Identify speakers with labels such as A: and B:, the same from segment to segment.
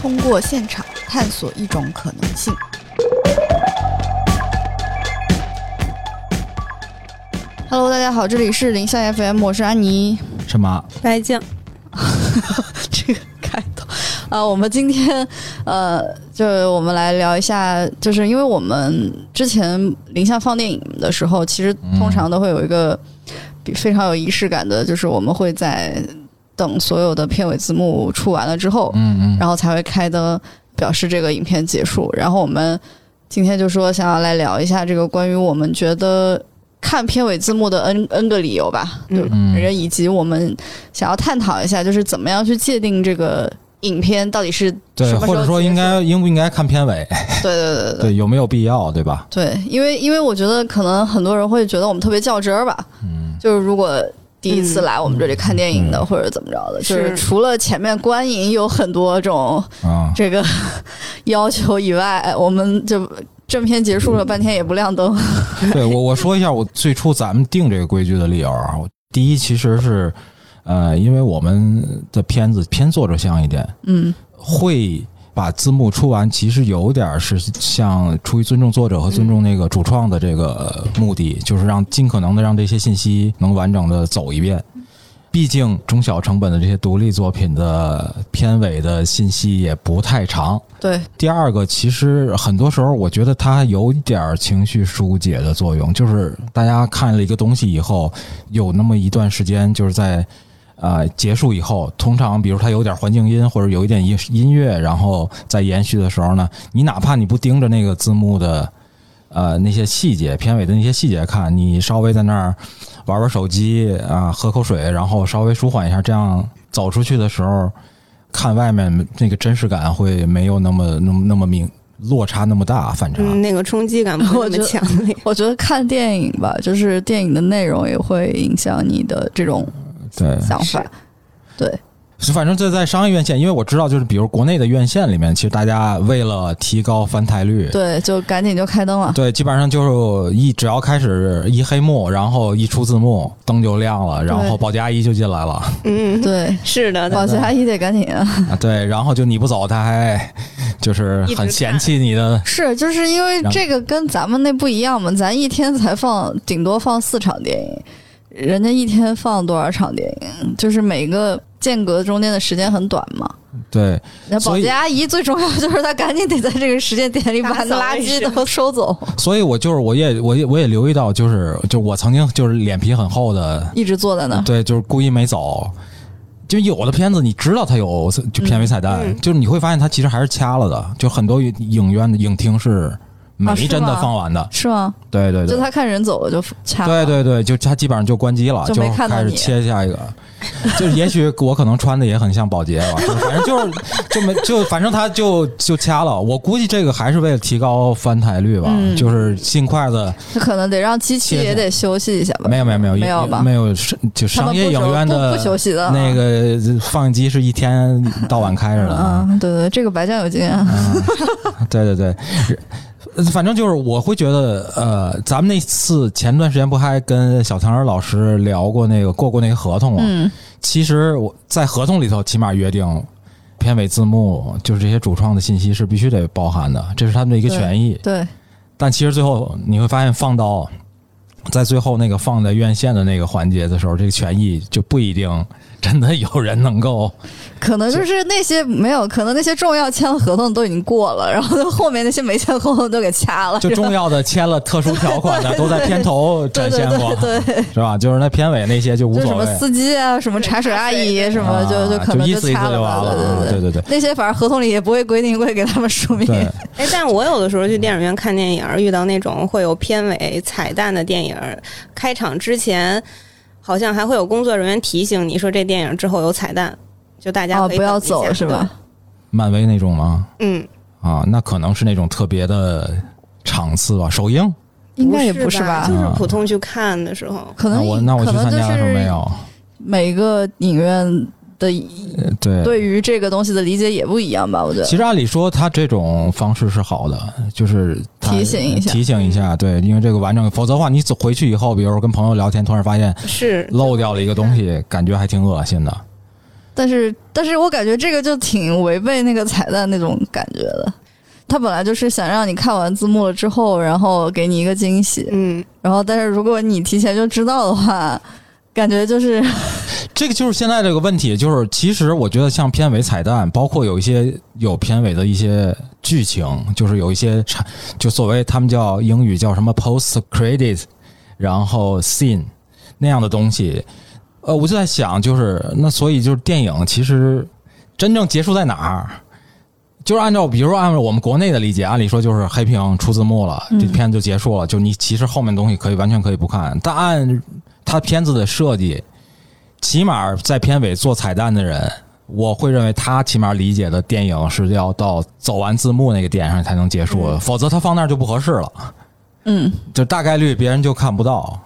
A: 通过现场探索一种可能性。Hello，大家好，这里是林下 FM，我是安妮。
B: 什么？
C: 白酱，
A: 这个开头啊，我们今天呃，就是我们来聊一下，就是因为我们之前林下放电影的时候，其实通常都会有一个比非常有仪式感的，就是我们会在等所有的片尾字幕出完了之后，
B: 嗯嗯，
A: 然后才会开灯表示这个影片结束。然后我们今天就说想要来聊一下这个关于我们觉得看片尾字幕的 n n 个理由吧，
C: 嗯
A: 就人以及我们想要探讨一下，就是怎么样去界定这个影片到底是
B: 对，
A: 什么时候
B: 或者说
A: 结束
B: 应该应不应该看片尾？
A: 对对对对对
B: 对，有没有必要？对吧？
A: 对，因为因为我觉得可能很多人会觉得我们特别较真儿吧，
B: 嗯，
A: 就是如果。第一次来我们这里看电影的，或者怎么着的，就是
C: 是
A: 除了前面观影有很多种
B: 啊，
A: 这个要求以外，哎我们就正片结束了，半天也不亮灯。
B: 对我我说一下我最初咱们定这个规矩的理由啊。我第一其实是，呃，因为我们的片子偏作者向一点，
A: 嗯
B: 会把字幕出完，其实有点儿是像出于尊重作者和尊重那个主创的这个呃目的，就是让尽可能的让这些信息能完整的走一遍。毕竟中小成本的这些独立作品的片尾的信息也不太长。，
A: 对，
B: 第二个，其实很多时候我觉得它有一点儿情绪疏解的作用，就是大家看了一个东西以后，有那么一段时间就是在。呃，结束以后，通常比如它有点环境音或者有一点音音乐，然后再延续的时候呢，你哪怕你不盯着那个字幕的呃那些细节、片尾的那些细节看，你稍微呃在那儿玩玩手机啊、喝口水，然后稍微舒缓一下，这样走出去的时候，看外面那个真实感会没有那么那么那么明落差那么大，反正、
C: 嗯，那个冲击感不
A: 我
C: 会
A: 觉
C: 那
A: 得
C: 么强烈。
A: 我觉得看电影吧，就是电影的内容也会影响你的这种
B: 对。
A: 想法
C: 是。
A: 对，
B: 反正这在商业院线，因为我知道，就是比如国内的院线里面，其实大家为了提高翻台率，
A: 对，就赶紧就开灯了。
B: 对，基本上就是一只要开始一黑幕，然后一出字幕，灯就亮了，然后
A: 对
B: 保洁阿姨就进来 了
C: 嗯，
A: 对，
C: 是的，
A: 保洁阿姨得赶紧啊。
B: 啊，对，然后就你不走，他还就是
C: 一直
B: 很
C: 看
B: 嫌弃你的，
A: 是，就是因为
B: 然后
A: 这个跟咱们那不一样嘛，咱一天才放顶多放四场电影，人家一天放多少场电影？就是每个间隔中间的时间很短嘛。
B: 对，
A: 那保
B: 所以
A: 洁阿姨最重要就是她赶紧得在这个时间点里把
C: 打扫
A: 垃
C: 卫
A: 圾
C: 生
A: 都收 走，
B: 所以我就是我也我也我也留意到，就是就我曾经就是脸皮很厚的
A: 一直坐在那儿。
B: 对，就是故意没走。就有的片子你知道它有就片尾彩蛋，
C: 嗯
B: 就是你会发现它其实还是掐了的，就很多影院的影厅是
A: 啊
B: 没
A: 是
B: 真的
A: 吗
B: 放完的，
A: 是吗？
B: 对对
A: 就
B: 对。
A: 她看人走了就掐
B: 对
A: 了。
B: 对对，就它基本上就关机了，
A: 就
B: 就
A: 没看到
B: 开始
A: 你
B: 切下一个。 就是也许我可能穿的也很像保洁吧，就是反正就是就没就反正他就就掐了。我估计这个还是为了提高翻台率吧，
A: 嗯
B: 就是尽快的。
A: 她可能得让机器
B: 歇
A: 也
B: 着
A: 得休息一下吧。
B: 没有没有没有
A: 没有吧
B: 没有是就
A: 他们
B: 商业
A: 不
B: 影
A: 休
B: 院
A: 不
B: 的
A: 不休息的
B: 那。个放映机是一天到晚开着的啊。
A: 嗯，对对，这个白酱有啊经验。嗯
B: 对对对，是反正就是我会觉得，呃，咱们那次前段时间不还跟小唐人老师聊过那个过过那个合同吗？
A: 嗯，
B: 其实我在合同里头起码约定。片尾字幕就是这些主创的信息是必须得包含的，这是他们的一个
A: 对
B: 权益。
A: 对，
B: 但其实最后你会发现，放到在最后那个放在院线的那个环节的时候，这个权益就不一定真的有人能够
A: 可能就是那些没有，可能那些重要签了合同都已经过了，然后后面那些没签合同都给掐了。
B: 就重要的签了特殊条款的，都在片头
A: 对 对
B: 展现过，
A: 对对，
B: 是吧？就是那片尾那些就无
A: 就什
B: 所
A: 么
B: 谓，
A: 司机啊，什么茶水阿姨，什么
B: 啊
A: 就就可能
B: 意思意思
A: 掐
B: 就
A: 吧
B: 完了。
A: 对
B: 啊
A: 对
B: 对对对
A: 那些反正合同里也不会规定会给他们署名。
B: 对，
C: 哎，但我有的时候去电影院看电影，遇到那种会有片尾彩蛋的电影，开场之前好像还会有工作人员提醒你说这电影之后有彩蛋，就大家
A: 啊，
C: 可以
A: 不要
C: 等一下
A: 走是吧？？
B: 漫威那种吗？
C: 对嗯，
B: 啊，那可能是那种特别的场次吧，首映。
A: 应该也
C: 不
A: 是
C: 吧，
A: 吧
C: 就？是
B: 啊
C: 普通去看的时候，
A: 可
B: 那
A: 能
B: 我那我去
A: 可能
B: 参
A: 就
B: 加的时候
A: 是
B: 没有。
A: 每个影院的
B: 呃对，
A: 对于这个东西的理解也不一样吧？我觉得
B: 其实按理说，他这种方式是好的，就是他
A: 提醒一下嗯
B: 提醒一下，对，因为这个完整，否则的话，你走回去以后，比如说跟朋友聊天，突然发现
C: 是
A: 嗯
B: 漏掉了一个东西，感觉还挺恶心的。
A: 但是但是我感觉这个就挺违背那个彩蛋那种感觉的。他本来就是想让你看完字幕了之后，然后给你一个惊喜，
C: 嗯，
A: 然后但是如果你提前就知道的话，感觉就是
B: 这个就是现在这个问题，就是其实我觉得像片尾彩蛋，包括有一些有片尾的一些剧情，就是有一些产，就所谓他们叫英语叫什么 post credit，然后 scene 那样的东西。呃，我就在想，就是那所以就是电影其实真正结束在哪儿？就是按照，比如说按照我们国内的理解，按理说就是黑屏出字幕了，这片子就结束了。就你其实后面东西可以完全可以不看，但按它片子的设计，起码在片尾做彩蛋的人，我会认为他起码理解的电影是要到走完字幕那个点上才能结束，的，否则他放那儿就不合适了。
A: 嗯，
B: 就大概率别人就看不到。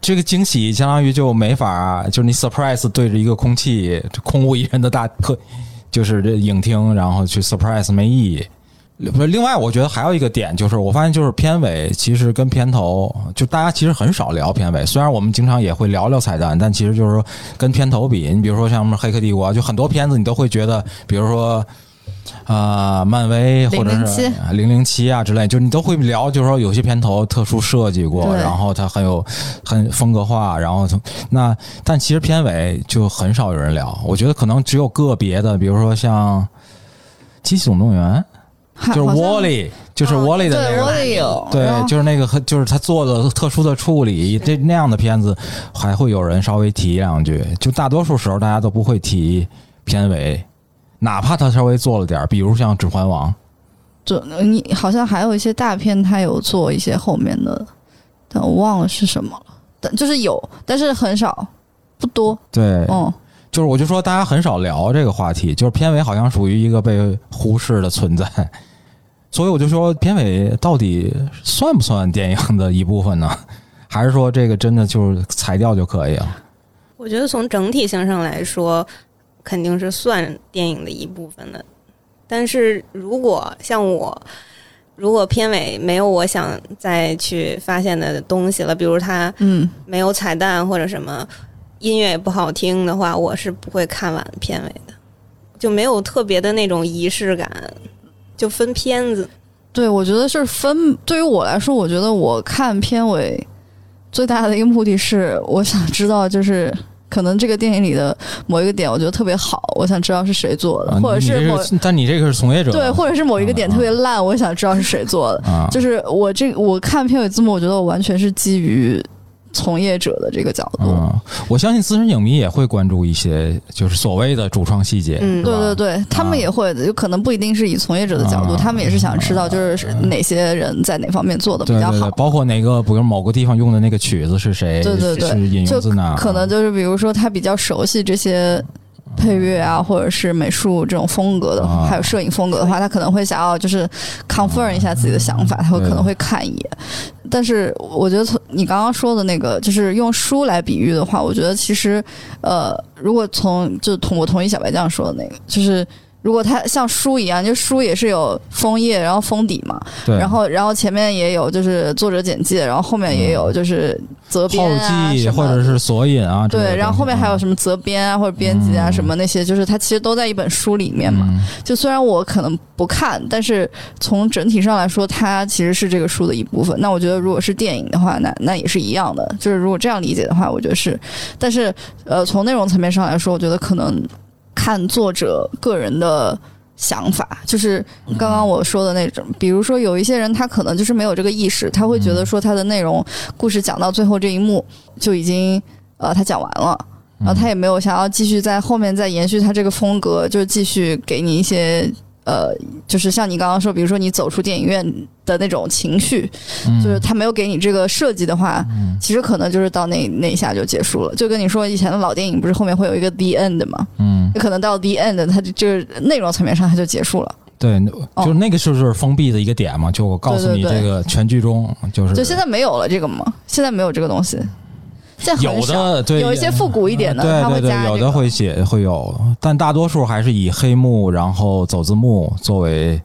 B: 这个惊喜相当于就没法，啊就是你 surprise 对着一个空气空无一人的大特，就是这影厅，然后去 surprise 没意义。不是另外，我觉得还有一个点就是，我发现就是片尾其实跟片头，就大家其实很少聊片尾。虽然我们经常也会聊聊彩蛋，但其实就是说跟片头比，你比如说像什么《黑客帝国》，就很多片子你都会觉得，比如说。啊、漫威或者是零零七啊之类，就你都会聊，就是说有些片头特殊设计过，
A: 对
B: 然后它很有很风格化，然后从那但其实片尾就很少有人聊，我觉得可能只有个别的，比如说像《机器总动员》，就
A: 好
B: 是
A: 像
B: Wally，就是
A: 啊
B: Wally 的那
A: 对
B: 个。
A: Wally 有，
B: 对
A: 然，后
B: 就是那个和，就是他做的特殊的处理，这那样的片子还会有人稍微提两句，就大多数时候大家都不会提片尾，哪怕他稍微做了点儿，比如像《指环王》，
A: 就呃你好像还有一些大片，它有做一些后面的，但我忘了是什么了。但就是有，但是很少，不多。
B: 对，
A: 嗯，
B: 就是我就说大家很少聊这个话题，就是片尾好像属于一个被忽视的存在，所以我就说片尾到底算不算电影的一部分呢？还是说这个真的就是裁掉就可以了？
C: 我觉得从整体性上来说，肯定是算电影的一部分的。但是如果像我，如果片尾没有我想再去发现的东西了，比如它
A: 嗯，
C: 没有彩蛋或者什么音乐也不好听的话，我是不会看完片尾的，就没有特别的那种仪式感，就分片子。
A: 对，我觉得是分。对于我来说，我觉得我看片尾最大的一个目的是，我想知道就是。可能这个电影里的某一个点，我觉得特别好，我想知道是谁做的，
B: 啊
A: 或者
B: 你
A: 是
B: 这
A: 某
B: 个，但你这个是从业者
A: 对，或者是某一个点特别烂，我想知道是谁做的。
B: 啊，
A: 就是我这我看片尾字幕，我觉得我完全是基于从业者的这个角度。
B: 嗯，我相信资深影迷也会关注一些，就是所谓的主创细节。
C: 嗯
B: 是吧
A: 对对，对，他们也会的，有可能不一定是以从业者的角度，
B: 啊
A: 他们也是想知道，就是哪些人在哪方面做的比
B: 对
A: 较
B: 对
A: 好
B: 对，。包括哪个，比如某个地方用的那个曲子是谁，
A: 对对对
B: 是引
A: 就
B: 用自哪儿，
A: 可能就是比如说他比较熟悉这些配乐啊，或者是美术这种风格的，
B: 啊
A: 还有摄影风格的话，他可能会想要就是 confirm 一下自己的想法，他会
B: 对
A: 可能会看一眼。但是我觉得从你刚刚说的那个，就是用书来比喻的话，我觉得其实呃，如果从就同我同意小白酱说的那个，就是。如果它像书一样，就书也是有封页，然后封底嘛，
B: 对，
A: 然后然后前面也有就是作者简介，然后后面也有就是责编啊
B: 嗯后记
A: 什么
B: 或
A: 的
B: 者是索引啊之类的东西，
A: 对，然后后面还有什么责编啊，或者编辑啊，
B: 嗯
A: 什么那些，就是它其实都在一本书里面嘛。
B: 嗯，
A: 就虽然我可能不看，但是从整体上来说，它其实是这个书的一部分。那我觉得，如果是电影的话，那那也是一样的。就是如果这样理解的话，我觉得是。但是，呃，从内容层面上来说，我觉得可能看作者个人的。想法就是
B: 嗯
A: 刚刚我说的那种，比如说有一些人他可能就是没有这个意识，他会觉
B: 嗯
A: 得说他的内容故事讲到最后这一幕就已经呃他讲完了，
B: 嗯
A: 然后他也没有想要继续在后面再延续他这个风格，就是继续给你一些呃，就是像你刚刚说，比如说你走出电影院的那种情绪，
B: 嗯
A: 就是他没有给你这个设计的话，
B: 嗯
A: 其实可能就是到那那一下就结束了。就跟你说，以前的老电影不是后面会有一个 the end 吗？
B: 嗯，
A: 可能到 the end，它就就是内容层面上它就结束了。
B: 对，
A: 哦
B: 就是那个就是封闭的一个点嘛，就我告
A: 对
B: 诉
A: 对
B: 你
A: 对
B: 这个全剧终就是
A: 就现在没有了这个嘛，现在没有这个东西，现在很
B: 有
A: 少。
B: 的对
A: 有一些复古一点的，
B: 对
A: 他
B: 对
A: 会加、
B: 对，
A: 这个、
B: 有的会写会有，但大多数还是以黑幕然后走字幕作为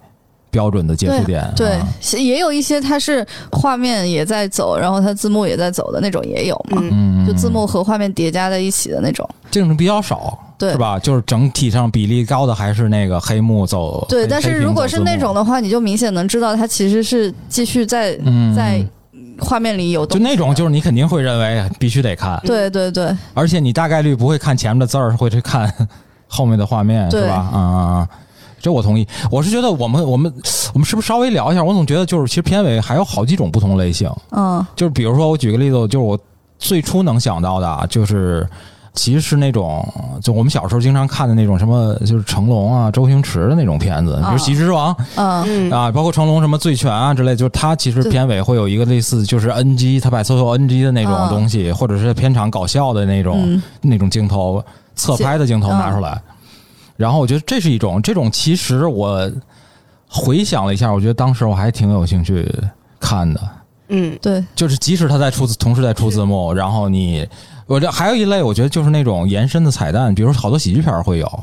B: 标准的接触点。
A: 对
B: 啊，
A: 是也有一些它是画面也在走，然后它字幕也在走的那种也有嘛，
C: 嗯，
B: 嗯，
A: 就字幕和画面叠加在一起的那种。
B: 这种比较少。
A: 对
B: 是吧？就是整体上比例高的还是那个黑幕走
A: 对，
B: 黑
A: 但
B: 黑
A: 是
B: 屏
A: 如果
B: 走
A: 是
B: 字
A: 那
B: 幕
A: 种的话，你就明显能知道它其实是继续在、
B: 嗯
A: 在画面里有东
B: 就
A: 西。
B: 那种，就是你肯定会认为必须得看，
A: 对对对，
B: 而且你大概率不会看前面的字儿，会去看 后面的画面，是
A: 对
B: 吧？啊、啊，这我同意。我是觉得我们我们我们是不是稍微聊一下？我总觉得就是其实片尾还有好几种不同类型，
A: 嗯
B: 就是比如说我举个例子，就是我最初能想到的啊，就是。其实是那种，就我们小时候经常看的那种什么，就是成龙啊、周星驰的那种片子，比如
A: 啊
B: 《喜剧之王》
A: 嗯，
C: 嗯
B: 啊，包括成龙什么醉拳啊之类，就是他其实
A: 对
B: 片尾会有一个类似就是 NG，他把所有 NG 的那种
A: 嗯
B: 东西，或者是片场搞笑的那种、
A: 嗯
B: 那种镜头，侧拍的镜头拿出来。然后我觉得这是一种，这种其实我回想了一下，我觉得当时我还挺有兴趣看的，
C: 嗯
A: 对，
B: 就是即使他在出字同时在出字幕，然后你我这还有一类，我觉得就是那种延伸的彩蛋，比如说好多喜剧片儿会有，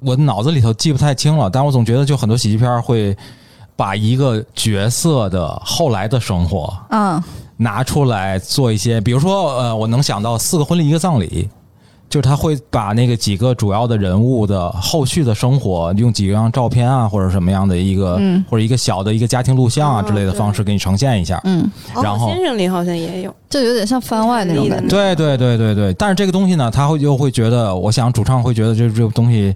B: 我脑子里头记不太清了，但我总觉得就很多喜剧片儿会把一个角色的后来的生活
A: 嗯
B: 拿出来做一些，比如说呃，我能想到四个婚礼一个葬礼。就是他会把那个几个主要的人物的后续的生活，用几张照片啊，或者什么样的一个，
A: 嗯
B: 或者一个小的一个家庭录像啊
C: 哦
B: 之类的
C: 对
B: 方式给你呈现一下。
A: 嗯，
C: 哦
B: 然后
C: 先生里好像也有，
A: 就有点像番外那种感觉。
B: 嗯对对对对对，但是这个东西呢，他会又会觉得，我想主唱会觉得这这个东西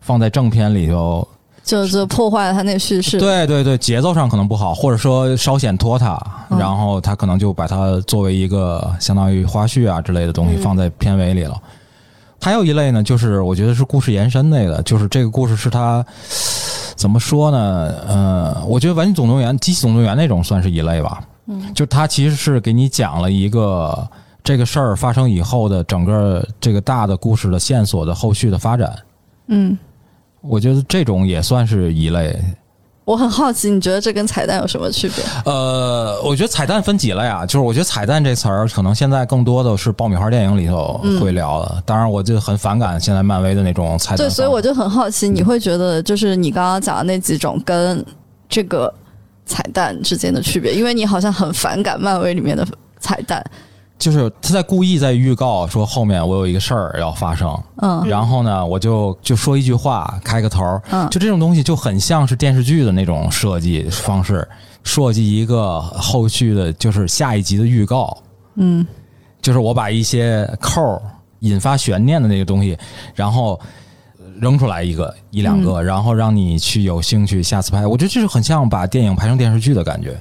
B: 放在正片里头，
A: 就就破坏了他那叙事。
B: 对对对，节奏上可能不好，或者说稍显拖沓，
A: 嗯
B: 然后他可能就把它作为一个相当于花絮啊之类的东西
C: 嗯
B: 放在片尾里了。还有一类呢，就是我觉得是故事延伸类的，就是这个故事是他怎么说呢？呃，我觉得《玩具总动员》《机器总动员》那种算是一类吧。
A: 嗯
B: 就他其实是给你讲了一个这个事儿发生以后的整个这个大的故事的线索的后续的发展。
A: 嗯，
B: 我觉得这种也算是一类。
A: 我很好奇，你觉得这跟彩蛋有什么区别？
B: 呃，我觉得彩蛋分几类啊，就是我觉得彩蛋这词儿可能现在更多的是爆米花电影里头会聊的。当然，我就很反感现在漫威的那种彩蛋
A: 嗯对，
B: 方式。
A: 所以我就很好奇，你会觉得就是你刚刚讲的那几种跟这个彩蛋之间的区别，因为你好像很反感漫威里面的彩蛋。
B: 就是他在故意在预告说后面我有一个事儿要发生，
A: 嗯
B: 然后呢，我就就说一句话，开个头儿，
A: 嗯
B: 就这种东西就很像是电视剧的那种设计方式，设计一个后续的，就是下一集的预告，
A: 嗯
B: 就是我把一些扣儿引发悬念的那个东西，然后扔出来一个一两个，
A: 嗯
B: 然后让你去有兴趣下次拍。我觉得这是很像把电影拍成电视剧的感觉。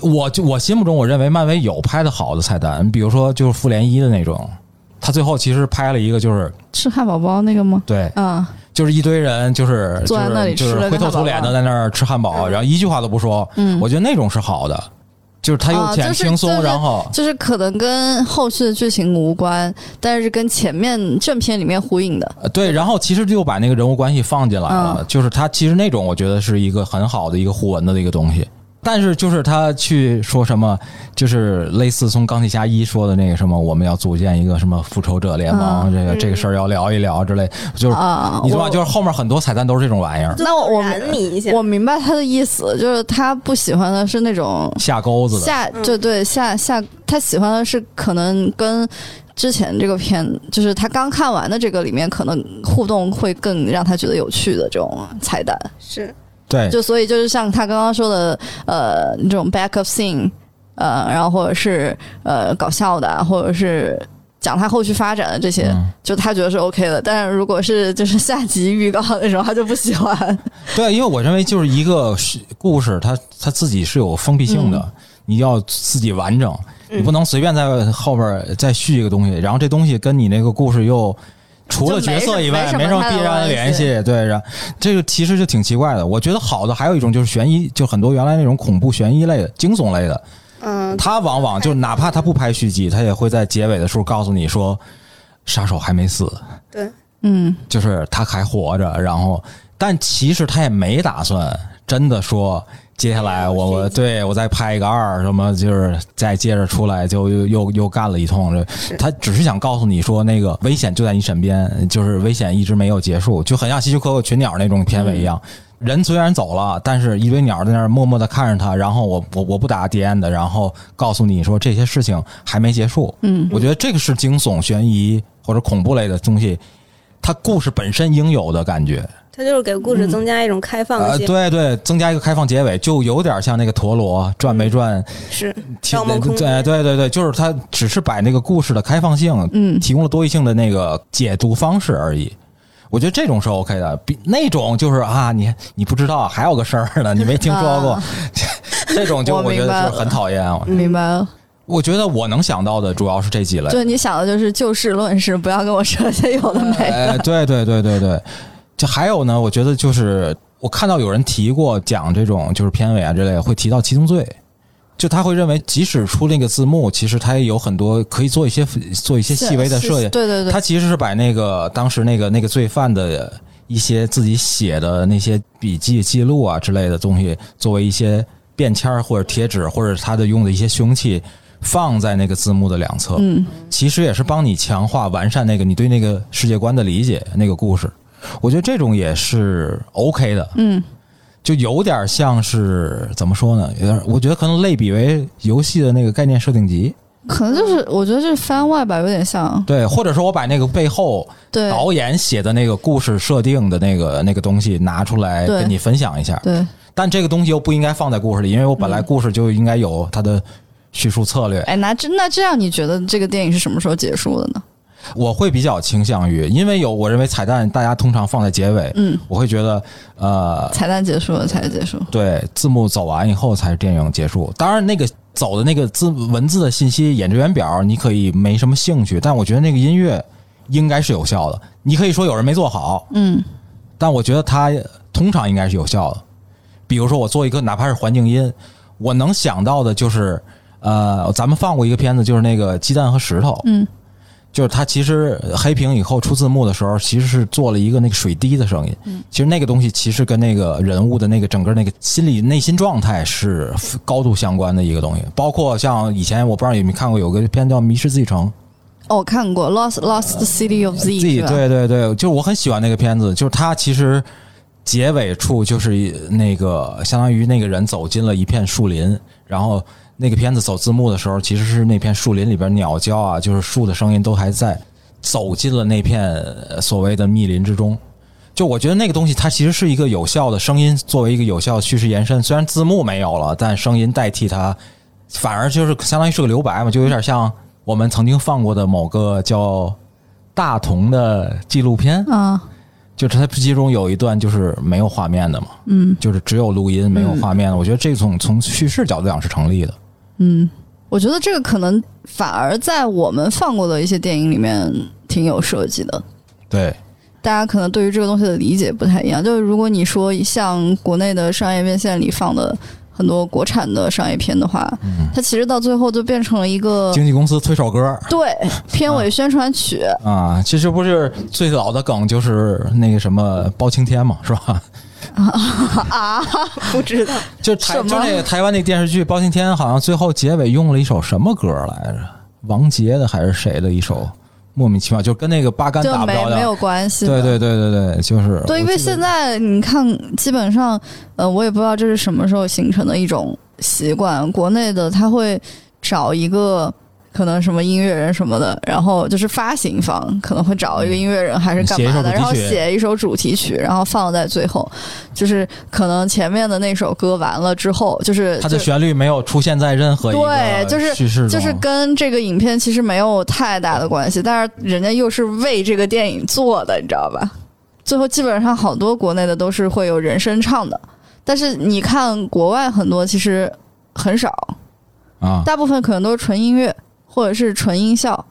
B: 我就我心目中，我认为漫威有拍的好的彩蛋，比如说就是复联一的那种，他最后其实拍了一个就是
A: 吃汉堡包那个吗？
B: 对，
A: 啊，
B: 就是一堆人就是
A: 坐在那里
B: 就是
A: 吃
B: 就
A: 了个
B: 是灰头
A: 汉堡
B: 土脸的在那儿吃汉堡，然后一句话都不说。
A: 嗯
B: 我觉得那种是好的，就是他
A: 啊
B: 又显
A: 就是
B: 轻松，
A: 就是
B: 然后
A: 就是可能跟后续的剧情无关，但是跟前面正片里面呼应的。
B: 呃对，然后其实就把那个人物关系放进来了，
A: 嗯
B: 就是他其实那种我觉得是一个很好的一个互文的一个东西。但是就是他去说什么，就是类似从钢铁侠一说的那个什么，我们要组建一个什么复仇者联盟，
A: 嗯
B: 这个这个事儿要聊一聊之类，就是、
A: 啊，
B: 你知道
A: 我
B: 吧？就是后面很多彩蛋都是这种玩意儿，
A: 那我我
C: 燃你一下，
A: 我明白他的意思，就是他不喜欢的是那种
B: 下钩子的。
A: 下，就对下下，他喜欢的是可能跟之前这个片，就是他刚看完的这个里面，可能互动会更让他觉得有趣的这种彩蛋。
C: 是
B: 对，
A: 就所以就是像他刚刚说的，呃，那种 backup scene，呃，然后或者是呃搞笑的啊，或者是。讲他后续发展的这些，
B: 嗯
A: 就他觉得是 OK 的，但是如果是就是下集预告那种，他就不喜欢。
B: 对，因为我认为就是一个是故事，它它自己是有封闭性的，
A: 嗯
B: 你要自己完整，你不能随便在后边儿再续一个东西，然后这东西跟你那个故事又。除了角色以外，
A: 就没什
B: 没什
A: 么
B: 么
A: 太大
B: 必
A: 的
B: 然联系。对，然后这个其实就挺奇怪的。我觉得好的还有一种就是悬疑，就很多原来那种恐怖悬疑类的、惊悚类的，
C: 嗯，
B: 它往往就哪怕它不拍续集，它也会在结尾的时候告诉你说，杀手还没死，
C: 对，
A: 嗯，
B: 就是他还活着，然后但其实他也没打算真的说接下来我我对我再拍一个二什么，就是再接着出来就又又又干了一通。这他只是想告诉你说，那个危险就在你身边，就是危险一直没有结束，就很像希区柯克《群鸟》那种片尾一样。人虽然走了，但是一堆鸟在那儿默默的看着他，然后我我我不打底end 的，然后告诉你说这些事情还没结束。嗯，我觉得这个是惊悚、悬疑或者恐怖类的东西，它故事本身应有的感觉。
C: 它就是给故事
B: 嗯
C: 增加一种开放
B: 呃，
C: 性，
B: 对对，增加一个开放结尾，就有点像那个陀螺转没转，
C: 是
B: 提
C: 盗梦空
B: 对
C: 间
B: 对对对，就是它只是把那个故事的开放性，
A: 嗯
B: 提供了多义性的那个解读方式而已。我觉得这种是 OK 的，比那种就是啊，你你不知道还有个事儿呢，你没听说过，
A: 啊
B: 这种就
A: 我
B: 我觉
A: 明白
B: 得是很讨厌。我
A: 明白了，
B: 我觉得我能想到的主要是这几类，
A: 就你想的就是就事论事，不要跟我说些有 的没
B: 哎，
A: 的。
B: 对对对对对，这还有呢，我觉得就是我看到有人提过讲这种就是片尾啊之类会提到七宗罪，就他会认为即使出那个字幕，其实他也有很多可以做一些做一些细微的设计。
A: 对对对，
B: 他其实是把那个当时那个那个罪犯的一些自己写的那些笔记记录啊之类的东西，作为一些便签儿或者贴纸，或者他的用的一些凶器，放在那个字幕的两侧。
A: 嗯，
B: 其实也是帮你强化、完善那个你对那个世界观的理解，那个故事。我觉得这种也是 OK 的，
A: 嗯，
B: 就有点像是怎么说呢？有点，我觉得可能类比为游戏的那个概念设定集，
A: 可能就是我觉得这番外吧，有点像
B: 对，或者说我把那个背后
A: 对
B: 导演写的那个故事设定的那个那个东西拿出来
A: 对
B: 跟你分享一下，
A: 对
B: 但这个东西又不应该放在故事里，因为我本来故事就应该有它的叙述策略。
A: 哎，那这那这样，你觉得这个电影是什么时候结束的呢？
B: 我会比较倾向于，因为有我认为彩蛋大家通常放在结尾，
A: 嗯，
B: 我会觉得，呃，
A: 彩蛋结束了才结束。
B: 对，字幕走完以后才是电影结束。当然，那个走的那个字文字的信息、演职员表，你可以没什么兴趣，但我觉得那个音乐应该是有效的。你可以说有人没做好，
A: 嗯
B: 但我觉得它通常应该是有效的。比如说，我做一个哪怕是环境音，我能想到的就是，呃，咱们放过一个片子，就是那个《鸡蛋和石头》，
A: 嗯
B: 就是它其实黑屏以后出字幕的时候，其实是做了一个那个水滴的声音。
A: 嗯
B: 其实那个东西其实跟那个人物的那个整个那个心理内心状态是高度相关的一个东西。包括像以前我不知道有没有看过有个片叫《迷失自己城》，
A: 哦，我看过《Lost Lost City of Z》
B: 自己
A: 是吧？
B: 对对对，就是我很喜欢那个片子，就是它其实结尾处就是一那个相当于那个人走进了一片树林，然后那个片子走字幕的时候，其实是那片树林里边鸟叫啊，就是树的声音都还在，走进了那片呃所谓的密林之中。就我觉得那个东西，它其实是一个有效的声音，作为一个有效的叙事延伸。虽然字幕没有了，但声音代替它，反而就是相当于是个留白嘛，就有点像我们曾经放过的某个叫大同的纪录片，
A: 啊，
B: 就是它其中有一段就是没有画面的嘛，
A: 嗯
B: 就是只有录音没有画面的。我觉得这种从叙事角度讲是成立的。
A: 嗯，我觉得这个可能反而在我们放过的一些电影里面挺有设计的。
B: 对，
A: 大家可能对于这个东西的理解不太一样，就是如果你说像国内的商业院线里放的很多国产的商业片的话，它其实到最后就变成了一个
B: 嗯经纪公司推首歌
A: 对片尾宣传 曲，
B: 啊，其实不是最早的梗就是那个什么包青天嘛，是吧？
A: 啊
C: 不知 道
B: 就
A: 什
B: 台就
A: 么
B: 那个台湾那电视剧《包青天》，好像最后结尾用了一首什么歌来着？王杰的还是谁的一首？莫名其妙，就跟那个八竿
A: 就
B: 打不
A: 没
B: 着
A: 没
B: 的。
A: 有关系的。
B: 对对对对对，就是
A: 对，因为现在你看，基本上，呃，我也不知道这是什么时候形成的一种习惯。国内的他会找一个可能什么音乐人什么的，然后就是发行方可能会找一个音乐人还是干嘛的，
B: 嗯写一
A: 然后
B: 首主题曲
A: 写一首主题曲，然后放在最后。就是可能前面的那首歌完了之后，就是
B: 它的
A: 就
B: 旋律没有出现在任何一个
A: 对就是
B: 叙事中
A: 就是跟这个影片其实没有太大的关系，但是人家又是为这个电影做的，你知道吧？最后基本上好多国内的都是会有人声唱的，但是你看国外很多其实很少，
B: 啊，
A: 大部分可能都是纯音乐或者是纯音效。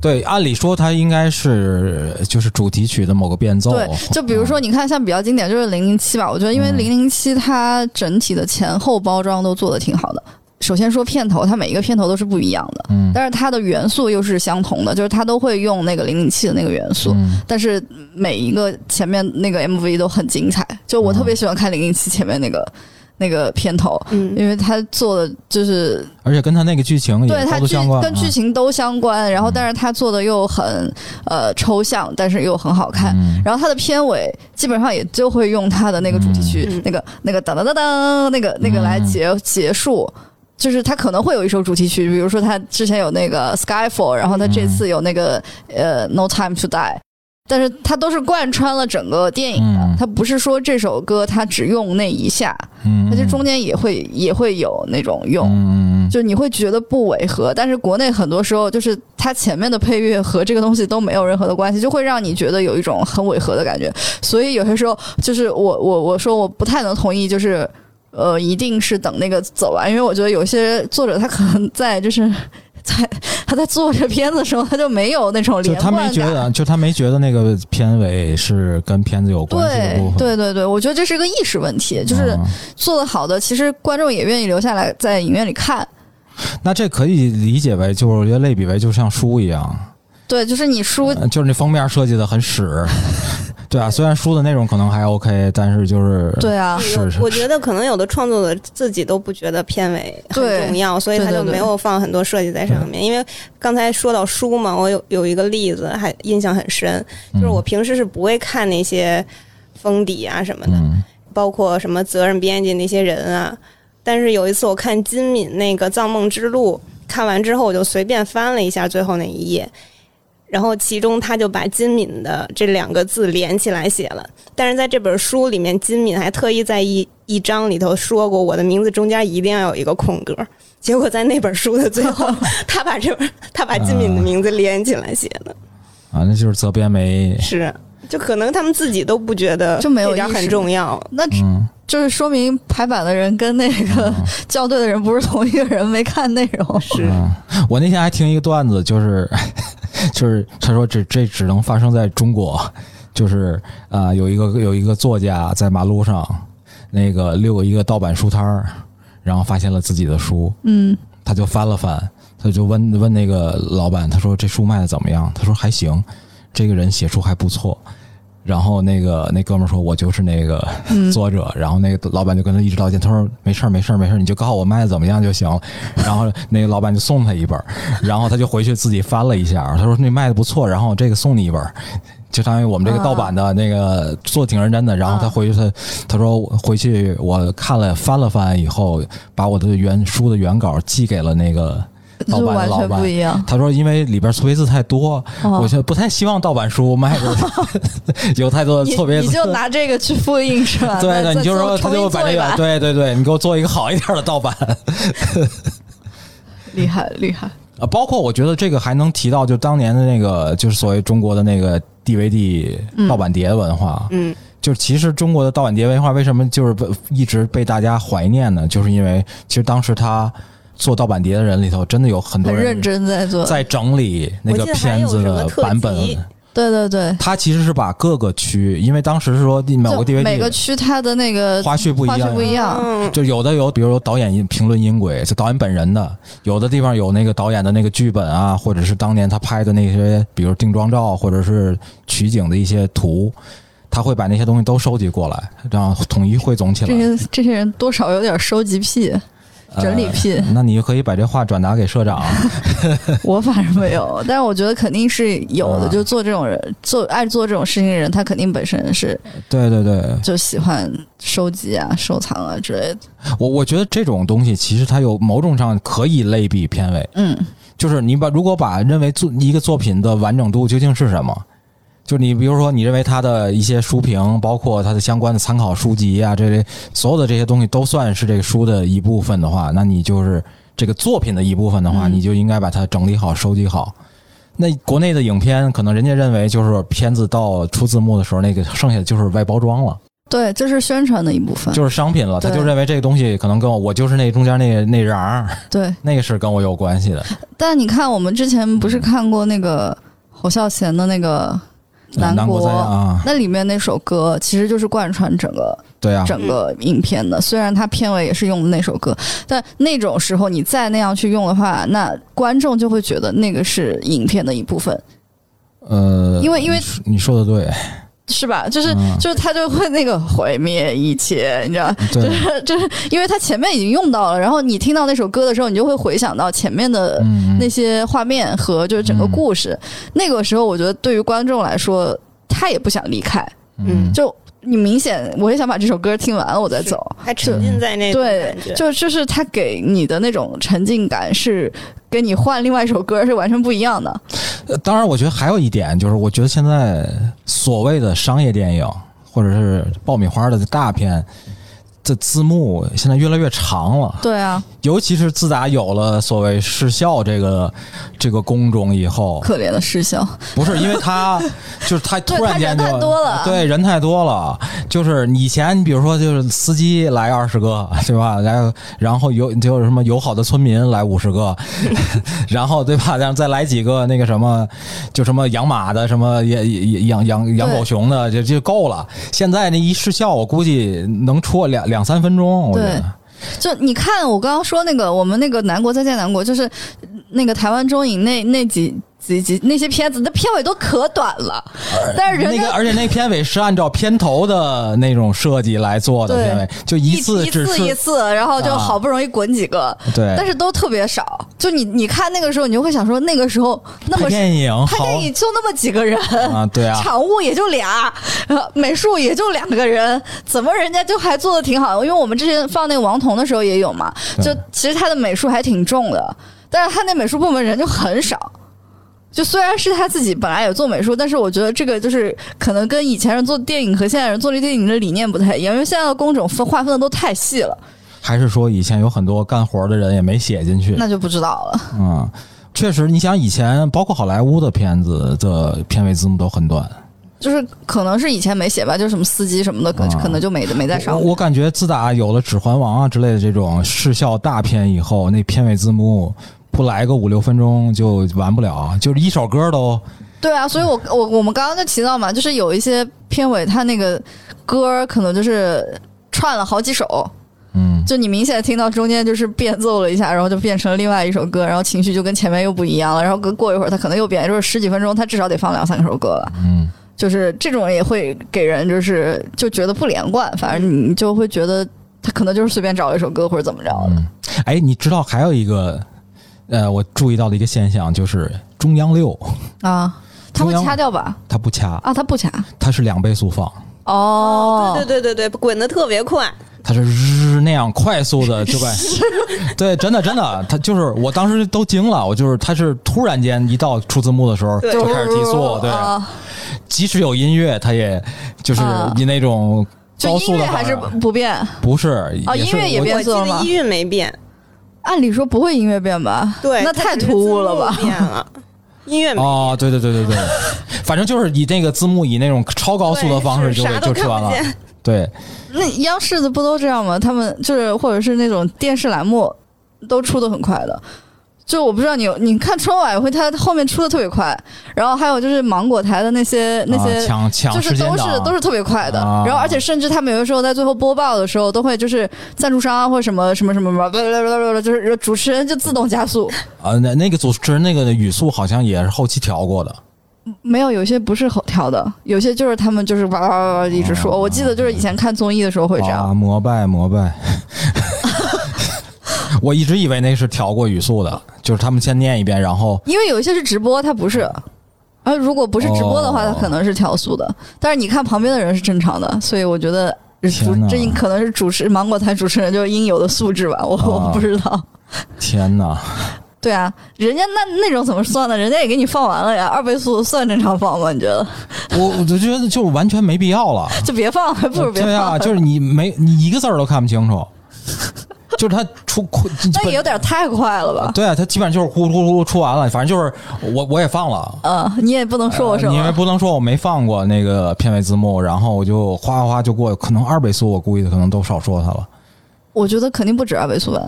B: 对，按理说它应该是就是主题曲的某个变奏。
A: 对， 就比如说你看，像比较经典就是《零零七》吧，我觉得因为《
B: 哦嗯
A: 零零七》它整体的前后包装都做的挺好的。首先说片头，它每一个片头都是不一样的，
B: 嗯，
A: 但是它的元素又是相同的，就是它都会用那个零零七的那个元素，
B: 嗯
A: 但是每一个前面那个 MV 都很精彩，就我特别喜欢看零零七前面那
B: 嗯
A: 个。那个片头，
C: 嗯
A: 因为他做的就是
B: 而且跟它那个剧情
A: 对
B: 也
A: 他
B: 高度
A: 剧
B: 相关啊。嗯
A: 跟剧情都相关，然后但是他做的又很呃抽象，但是又很好看。
B: 嗯
A: 然后它的片尾基本上也就会用它的那个主题曲，
C: 嗯
A: 那个那个当当当当，那个那
B: 嗯
A: 个来结、结束。就是它可能会有一首主题曲，比
B: 嗯
A: 如说它之前有那个 Skyfall，然后它这次有那个、呃 No Time to Die，但是它都是贯穿了整个电影的，
B: 嗯
A: 它不是说这首歌它只用那一下，
B: 嗯，
A: 它就中间也会也会有那种用，
B: 嗯嗯
A: 就你会觉得不违和，但是国内很多时候就是它前面的配乐和这个东西都没有任何的关系，就会让你觉得有一种很违和的感觉。所以有些时候就是我我我说我不太能同意，就是呃，一定是等那个走完，因为我觉得有些作者他可能在就是。 在他在做这片子的时候，他就没有那种
B: 就
A: 连
B: 他
A: 贯
B: 没
A: 感。
B: 觉得，啊就他没觉得那个片尾是跟片子有关系的部
A: 对对
B: 分，
A: 对对，我觉得这是一个意识问题，就是
B: 嗯
A: 做的好的，其实观众也愿意留下来在影院里看。
B: 那这可以理解为，就是我觉得类比为就像书一样，
A: 对，就是你书
B: 呃就是那封面设计的 很屎，对啊，虽然书的内容可能还 OK，但是就是
A: 对啊，
B: 是是
C: 我觉得可能有的创作者自己都不觉得片尾很
A: 对
C: 重要，所以
A: 对
C: 他就
A: 对对
C: 没有放很多设计在上面。因为刚才说到书嘛，我有有一个例子还印象很深，
B: 嗯
C: 就是我平时是不会看那些封底啊什么的，
B: 嗯
C: 包括什么责任编辑那些人啊。但是有一次我看金敏那个《藏梦之路》，看完之后我就随便翻了一下最后那一页，然后其中他就把金敏的这两个字连起来写了。但是在这本书里面，金敏还特意在一一章里头说过，我的名字中间一定要有一个空格。结果在那本书的最 后，他把这本他把金敏的名字连起来写的，
A: 嗯
B: 啊，那就是责编没
C: 是就可能他们自己都不觉得
A: 就没有
C: 这点
A: 意识
C: 很重要，
A: 那只
B: 嗯。
A: 就是说明排版的人跟那个 校对的人不是同一个人，没看内容。
C: 是
B: 我那天还听一个段子，就是 就是他说这这只能发生在中国，就是呃有一个有一个作家在马路上那个溜一个盗版书摊儿，然后发现了自己的书，
A: 嗯，
B: 他就翻了翻，他就问问那个老板，他说这书卖的怎么样？他说还行，这个人写书还不错。然后那个那哥们儿说，我就是那个作者。然后那个老板就跟他一直道歉，他说没事儿没事儿没事儿，你就告诉我卖的怎么样就行 了。然后那个老板就送他一本儿，然后他就回去自己翻了一下，他说那卖的不错，然后我这个送你一本儿。就相当于我们这个盗版的那个做挺认真的，然后他回去他他说我回去我看了翻了翻以后，把我的原书的原稿寄给了那个
A: 就
B: 盗版的
A: 完
B: 老
A: 全
B: 板
A: 不。一 样。
B: 他说因为里边错别字太多，
A: 哦
B: 我现在不太希望盗版书卖的 有太多的
A: 你
B: 错别
A: 你
B: 字。
A: 就 拿这个去复印是吧？
B: 对
A: 再
B: 对，
A: 再
B: 你就
A: 做
B: 说他
A: 重
B: 就
A: 新
B: 把
A: 做
B: 这
A: 一
B: 个，
A: 版
B: 对对对，你给我做一个好一点的盗版。
A: 厉害厉害。
B: 啊，包括我觉得这个还能提到，就当年的那个，就是所谓中国的那个 DVD
A: 嗯
B: 盗版碟文化，
C: 嗯，
B: 就是其实中国的盗版碟文化为什么就是被一直被大家怀念呢？就是因为其实当时他做盗版碟的人里头，真的有很多
A: 很认
B: 人
A: 真在做，
B: 在整理那个
C: 我记得还
B: 片
C: 有
B: 子
C: 什么
B: 的
C: 特
B: 版本。
C: 辑
A: 对对对，
B: 他其实是把各个区，因为当时是说某个
A: 就
B: DVD
A: 每个区它的那个
B: 花絮不一
A: 花絮
B: 样啊
A: 不。一样，
C: 嗯，
B: 就有的有，比如有导演音评论音轨，就导演本人的；有的地方有那个导演的那个剧本啊，或者是当年他拍的那些，比如定妆照或者是取景的一些图，他会把那些东西都收集过来，这样统一汇总起来。呃
A: 这些这些人多少有点收集癖、整理癖。
B: 那你可以把这话转达 给社长。
A: 我反正没有，但是我觉得肯定是有的。
B: 啊
A: 就做这种人，做爱做这种事情的人，他肯定本身是
B: 对对对，
A: 就喜欢收集啊、收藏啊之类的。
B: 我我觉得这种东西其实它有某种上可以类比片尾，
A: 嗯，
B: 就是你把如果把认为作一个作品的完整度究竟是什么，就你比如说你认为它的一些书评，包括它的相关的参考书籍啊，这类所有的这些东西都算是这个书的一部分的话，那你就是这个作品的一部分的话，
A: 嗯
B: 你就应该把它整理好、收集好。那国内的影片，可能人家认为就是片子到出字幕的时候，那个剩下的就是外包装了，
A: 对，这是宣传的一部分。
B: 就是商品了。他
A: 嗯对
B: 就认为这个东西可能跟我，我就是那中间那那瓤儿，
A: 对，
B: 那个是跟我有关系的。
A: 但你看，我们之前不是看过那个侯孝贤的那个《 南
B: 南
A: 国》
B: 在啊，
A: 那里面那首歌其实就是贯穿整个
B: 对啊，
A: 整个影片的，虽然它片尾也是用的那首歌，但那种时候你再那样去用的话，那观众就会觉得那个是影片的一部分，
B: 呃，
A: 因为因为
B: 你说你说 的对，
A: 是吧？就是、
B: 嗯
A: 就是他就会那个毁灭一切，你知道，
B: 对，
A: 就是因为他前面已经用到了，然后你听到那首歌的时候，你就会回想到前面的
B: 嗯，
A: 那些画面和就是整个故事。那个时候，我觉得对于观众来说，他也不想离开，
B: 嗯，
A: 就你明显我也想把这首歌听完，我再走。
C: 还沉浸在那
A: 嗯
C: 种
A: 对
C: 感觉，，
A: 就就是他给你的那种沉浸感是跟你换另外一首歌是完全不一样的。
B: 呃当然，我觉得还有一点就是，我觉得现在所谓的商业电影或者是爆米花的大片，这字幕现在越来越长了。
A: 对啊，
B: 尤其是自打有了所谓视效这个这个工种以后，
A: 可怜的事情。
B: 不是因为他就是他突然间就
A: 对他人太多了
B: 对人太多了，就是以前你比如说就是司机来二十个，对吧？来，然后有就是什么友好的村民来五十个， 然后对吧？然后再来几个那个什么，就什么养马的，什么也也养养养狗熊的，就就够了。现在那一视效，我估计能戳两两三分钟，我觉得
A: 对。就你看，我刚刚说那个，我们那个《南国再见南国》，就是那个台湾中影那那几几集那些片子，那片尾都可短了，但是人
B: 那
A: 家
B: 个，而且那片尾是按照片头的那种设计来做的，
A: 对
B: 片尾就
A: 一
B: 次
A: 一
B: 只
A: 次
B: 是
A: 一次，然后就
B: 啊
A: 好不容易滚几个，
B: 对，
A: 但是都特别少。就你你看那个时候，你就会想说，那个时候那么
B: 拍电影
A: 拍
B: 好
A: 电影就那么几个人。
B: 啊，对啊，
A: 场务也就俩，呃，美术也就两个人，怎么人家就还做的挺好？因为我们之前放那个王彤的时候也有嘛，
B: 对
A: 就其实他的美术还挺重的，但是他那美术部门人就很少。就虽然是他自己本来也做美术，但是我觉得这个就是可能跟以前人做电影和现在人做这电影的理念不太一样，因为现在的工种分划分的都太细了，
B: 还是说以前有很多干活的人也没写进去，
A: 那就不知道了。
B: 嗯，确实，你想以前包括好莱坞的片子的片尾字幕都很短，
A: 就是可能是以前没写吧，就是什么司机什么的，可
B: 啊
A: 可能就没没在上
B: 我。我感觉自打有了《指环王》啊之类的这种视效大片以后，那片尾字幕不来个五六分钟就完不了，啊就是一首歌都
A: 对啊，所以我我我们刚刚就提到嘛，就是有一些片尾它那个歌儿可能就是串了好几首，
B: 嗯。
A: 就你明显听到中间就是变奏了一下，然后就变成了另外一首歌，然后情绪就跟前面又不一样了，然后过过一会儿它可能又变，就是十几分钟，它至少得放两三首歌吧。
B: 嗯，
A: 就是这种也会给人就是就觉得不连贯，反正你就会觉得他可能就是随便找一首歌或者怎么着的。
B: 哎，你知道还有一个，呃，我注意到的一个现象就是中央六
A: 啊，他会掐掉吧？
B: 它不掐，
A: 啊，他不掐。
B: 它是两倍速放，
A: 哦，
C: 对对对对对，滚的特别快，
B: 它是日那样快速 的，就快，对，真的真的，它就是我当时都惊了，我就是它是突然间一到出字幕的时候
C: 对
B: 就开始急速，对，
A: 啊
B: 即使有音乐，它也就是
A: 啊
B: 以那种
A: 就
B: 高
A: 音
B: 速
A: 乐
B: 的
A: 还
B: 方式
A: 是不不变。
B: 不是
A: 哦音乐也
B: 我
A: 变
C: 我记
A: 色了吗
C: 得音韵没变，
A: 按理说不会音乐变吧？
C: 对，
A: 那
C: 它
A: 太
C: 只是
A: 突兀了吧
C: 字幕？变了，音乐没
B: 哦，对对对 对对，反正就是以那个字幕以那种超高速的方式
C: 对是
B: 就给
C: 啥
B: 就
C: 都
B: 吃
C: 看
B: 完
C: 不
B: 了，
C: 见。
B: 对，
A: 那央视的不都这样吗？他们就是或者是那种电视栏目都出的很快的。就我不知道你有你看春晚会，它后面出的特别快，然后还有就是芒果台的那些那
B: 啊
A: 些、
B: 抢抢
A: 就是
B: 时间
A: 都是
B: 档
A: 都是特别快的，
B: 啊
A: 然后而且甚至他们有的时候在最后播报的时候，都会就是赞助商啊或者什么什么什么什么，叭叭叭叭叭叭就是主持人就自动加速。
B: 呃，那那个主持人那个语速好像也是后期调过的，
A: 没有，有些不是吼调的，有些就是他们就是叭叭叭叭一直
B: 哦
A: 说。我记得就是以前看综艺的时候会这样
B: 啊，，膜拜膜拜。 我一直以为那是调过语速的，就是他们先念一遍，然后
A: 因为有一些是直播，它不是。而如果不是直播的话，
B: 哦
A: 它可能是调速的。但是你看旁边的人是正常的，所以我觉得主
B: 天哪
A: 这应可能是主持芒果台主持人就是应有的素质吧，我、
B: 啊
A: 我不知道。
B: 天哪，
A: 对啊，人家那那种怎么算呢？人家也给你放完了呀，二倍速算正常放吗？你觉得？
B: 我我就觉得就完全没必要了。
A: 就别放，还 不如别
B: 对
A: 放。
B: 啊，就是你没你一个字儿都看不清楚，就是他出哭，
A: 那也有点太快了吧？
B: 对啊，他基本上就是呼噜呼噜呼噜出完了，反正就是我我也放了。
A: 嗯，你也不能说我什
B: 因为
A: 么。
B: 不能说我没放过那个片尾字幕，然后我就哗哗哗就过，可能二倍速，我估计可能都少说他了。
A: 我觉得肯定不止二倍速吧。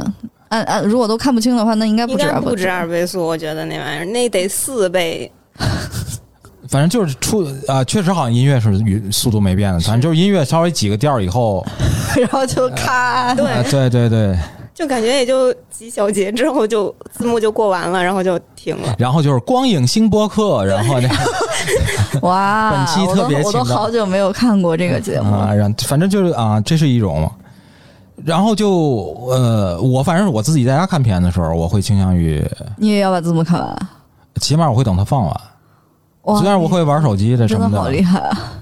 A: 按按，如果都看不清的 话，那应该
C: 应
A: 不止
C: 该
A: 二倍
C: 不
A: 速。
C: 止二倍速，我觉得那玩意儿那得四倍，
B: 反正就是出啊、确实好像音乐是语速度没变的，反正就是音乐稍微几个调儿以后，
A: 然后就咔。
C: 对，
B: 啊，对对对，
C: 就感觉也就几小节之后就字幕就过完了，然后就停了。
B: 然后就是光影新播客，然后 那
A: 哇，
B: 本期特别
A: 我都我都
B: 请到
A: 好久没有看过这个节目。
B: 啊，然反正就是啊，这是一种。然后就呃，我反正我自己在家看片的时候，我会倾向于，
A: 你也要把字幕看完？
B: 起码我会等它放完。
A: 哇，
B: 虽然我会玩手机的
A: 真
B: 什
A: 的
B: 么
A: 好厉害啊！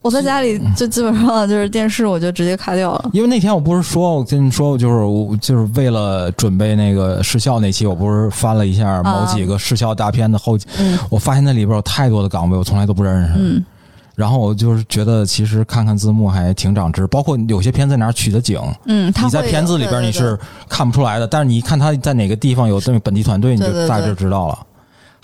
A: 我在家里就基本上就是电视，我就直接卡掉了。
B: 因为那天我不是说，我跟你说，我就是我就是为了准备那个视效那期，我不是翻了一下某
A: 啊
B: 几个视效大片的后，
A: 嗯
B: 我发现那里边有太多的岗位我从来都不认识。
A: 嗯，
B: 然后我就是觉得，其实看看字幕还挺长知，包括有些片在哪儿取的景，
A: 嗯，他
B: 你在
A: 会
B: 片子里边
A: 对
B: 你
A: 对
B: 是看不出来的，但是你一看他在哪个地方有这个本地团队，你
A: 对对
B: 就
A: 对
B: 大致知道了。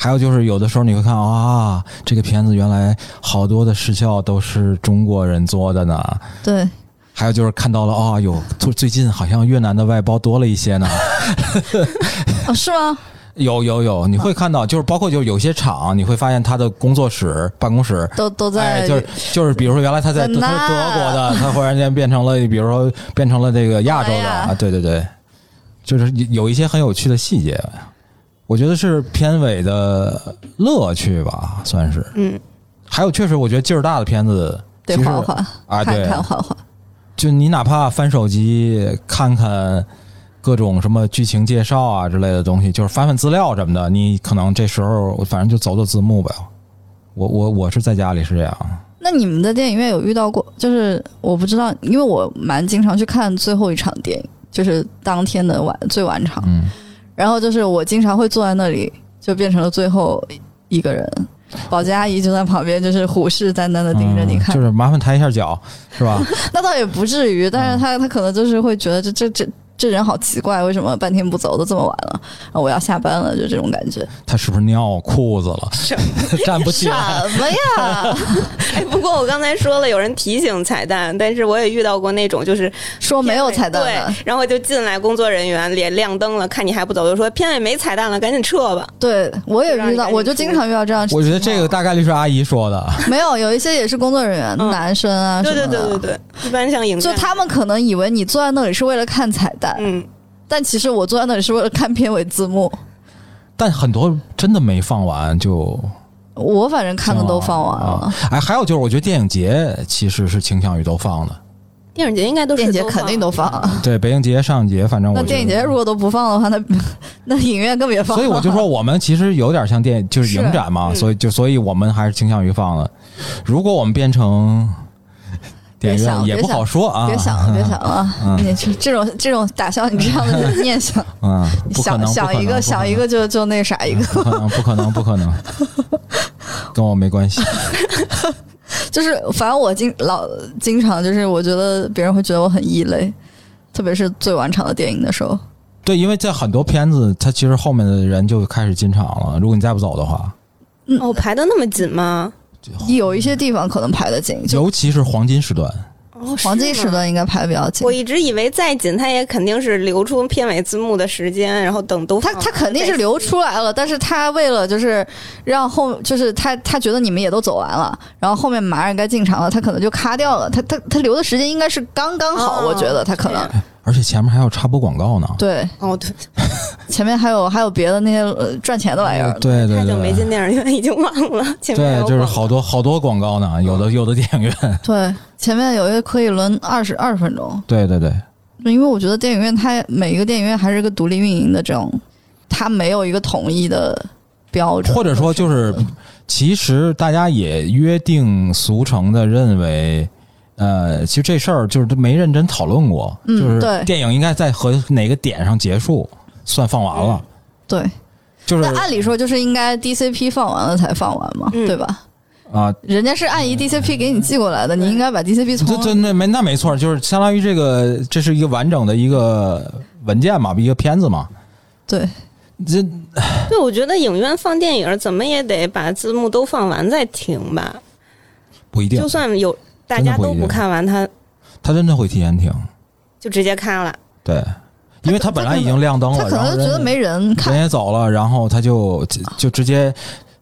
B: 还有就是，有的时候你会看啊，这个片子原来好多的视效都是中国人做的呢。
A: 对对
B: 还有就是看到了啊，有最最近好像越南的外包多了一些呢。
A: 哦，是吗？
B: 有有有，你会看到，就是包括就是有些厂，你会发现他的工作室、办公室，
A: 都都在、
B: 哎，就是就是，比如说原来他
A: 在
B: 在他是
A: 那
B: 德国的，他忽然间变成了，比如说变成了这个亚洲
A: 哎
B: 的
A: 呀
B: 啊，对对对，就是有有一些很有趣的细节，我觉得是片尾的乐趣吧，算是。
C: 嗯，
B: 还有，确实我觉得劲儿大的片子，
A: 得
B: 其实
A: 缓缓
B: 啊，
A: 看
B: 对，
A: 看缓缓。
B: 就你哪怕翻手机看看各种什么剧情介绍啊之类的东西，就是翻翻资料什么的，你可能这时候反正就走走字幕呗。我我我是在家里是这样，
A: 那你们在电影院有遇到过？就是我不知道，因为我蛮经常去看最后一场电影，就是当天的晚最晚场。
B: 嗯，
A: 然后就是我经常会坐在那里，就变成了最后一个人。保洁阿姨就在旁边，就是虎视眈眈的盯着你
B: 嗯
A: 看。
B: 就是麻烦抬一下脚，是吧？
A: 那倒也不至于，但是他
B: 嗯
A: 他可能就是会觉得这这这这人好奇怪，为什么半天不走，都这么晚了，然后我要下班了，就这种感 觉。
B: 他是不是尿裤子了？ 站不起
A: 什
B: 来。
A: 么呀？
C: 哎，不过我刚才说了，有人提醒彩蛋，但是我也遇到过那种就是
A: 说没有彩蛋了
C: 对，，然后就进来工作人员连亮灯了，看你还不走，就说片尾没彩蛋了，赶紧撤吧。
A: 对我也遇到，我就经常遇到这样的情况。
B: 我觉得这个大概率是阿姨 说的，
A: 没有，有一些也是工作人员，
C: 嗯
A: 男生啊什
C: 对
A: 么的，
C: 对对对对，一般像影
A: 就
C: 院，
A: 他们可能以为你坐在那里是为了看彩蛋，
C: 嗯，
A: 但其实我坐在那里是为了看片尾字幕。
B: 但很多真的没放完就
A: 我反正看的都放完了
B: 啊，。哎，还有就是，我觉得电影节其实是倾向于都放的，
C: 电影节应该都是
A: 电影节
C: 都
A: 肯定都放了。
B: 对，北影节、上影节，反正我
A: 那
B: 觉得
A: 电影节如果都不放的话，那那影院更别放
B: 所
A: 了。
B: 以我就说，我们其实有点像电，就是影展嘛，
C: 是嗯
B: 所以就所以我们还是倾向于放的。如果我们变成电影
A: 别想
B: 院，也不好说 啊。
A: 别想了，别想了，
B: 嗯
A: 你这这种这种打消你这样的念想，
B: 嗯，
A: 你
B: 不可
A: 想
B: 能，嗯
A: 想一个想一个就就那啥一个，
B: 不可能， 不可能，不可 能，不可能，跟我没关系。
A: 就是反正我经老经常就是我觉得别人会觉得我很异类，特别是最晚场的电影的时候，
B: 对，因为在很多片子，它其实后面的人就开始进场了。如果你再不走的话，
C: 哦，排的那么紧吗？
A: 有一些地方可能排得紧，就
B: 尤其是黄金时段，
C: 哦，
A: 黄金
C: 是
A: 时
C: 吗。
A: 段应该排得比较紧
C: 我。一直以为再紧，它也肯定是留出片尾字幕的时间，然后等都
A: 他
C: 放
A: 他肯定是
C: 再
A: 流出来了，但是他为了就是让后就是他他觉得你们也都走完了，然后后面马上该进场了，他可能就卡掉了。他他他留的时间应该是刚刚好，
C: 哦
A: 我觉得他可能
C: 这
B: 而且前面还有插播广告呢。
A: 对
C: 哦，对，
A: 前面还有还有别的那些呃赚钱的玩意儿。
B: 嗯对对
C: 太久没
B: 对
C: 进电影院，已经忘了前面
B: 对，
C: 还有
B: 就是
C: 广告嗯
B: 好多好多广告呢，有的有的电影院，
A: 对，前面有一个可以轮二十二分钟，
B: 对对对，
A: 因为我觉得电影院它每一个电影院还是个独立运营的这种，它没有一个统一的标准，
B: 或者说就是，其实大家也约定俗成的认为，呃，其实这事儿就是都没认真讨论过，
A: 嗯
B: 就
A: 对
B: 是电影应该在和哪个点上结束，算放完了，
A: 对。
B: 就是
A: 那按理说就是应该 DCP 放完了才放完嘛，
C: 嗯
A: 对吧？
B: 啊。
A: 人家是按一 DCP 给你寄过来的，你应该把 DCP
B: 这这
A: 从
B: 那没那没错，就是相当于这个，这是一个完整的一个文件嘛，一个片子嘛。
A: 对
B: 这
C: 对，我觉得影院放电影怎么也得把字幕都放完再停吧，
B: 不一定
C: 就，算有大
B: 真的
C: 家
B: 不
C: 都
B: 一定
C: 不看完，它
B: 他真的会提前听，
C: 就直接看了。
B: 对，因为他本来已经亮灯
A: 他
B: 了，
A: 可
B: 然后
A: 能
B: 人
A: 觉得没人看
B: 人，也走了，然后他就就就直接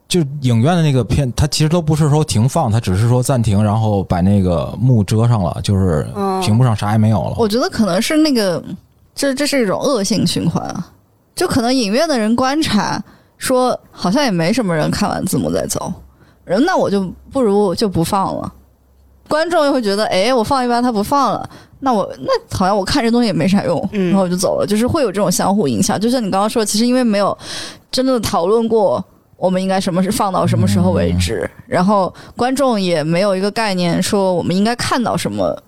B: 就影院的那个片，他其实都不是说停放，他只是说暂停，然后把那个幕遮上了，就是
C: 嗯
B: 屏幕上啥也没有了。
A: 我觉得可能是那个，这这是一种恶性循环啊，就可能影院的人观察说，好像也没什么人看完字幕再走，人那我就不如就不放了。观众又会觉得，哎，我放一半他不放了，那我那好像我看这东西也没啥用，
C: 嗯
A: 然后我就走了，就是会有这种相互影响。就像你刚刚说，其实因为没有真正的讨论过我们应该什么是放到什么时候为止，然后观众也没有一个概念说我们应该看到什么。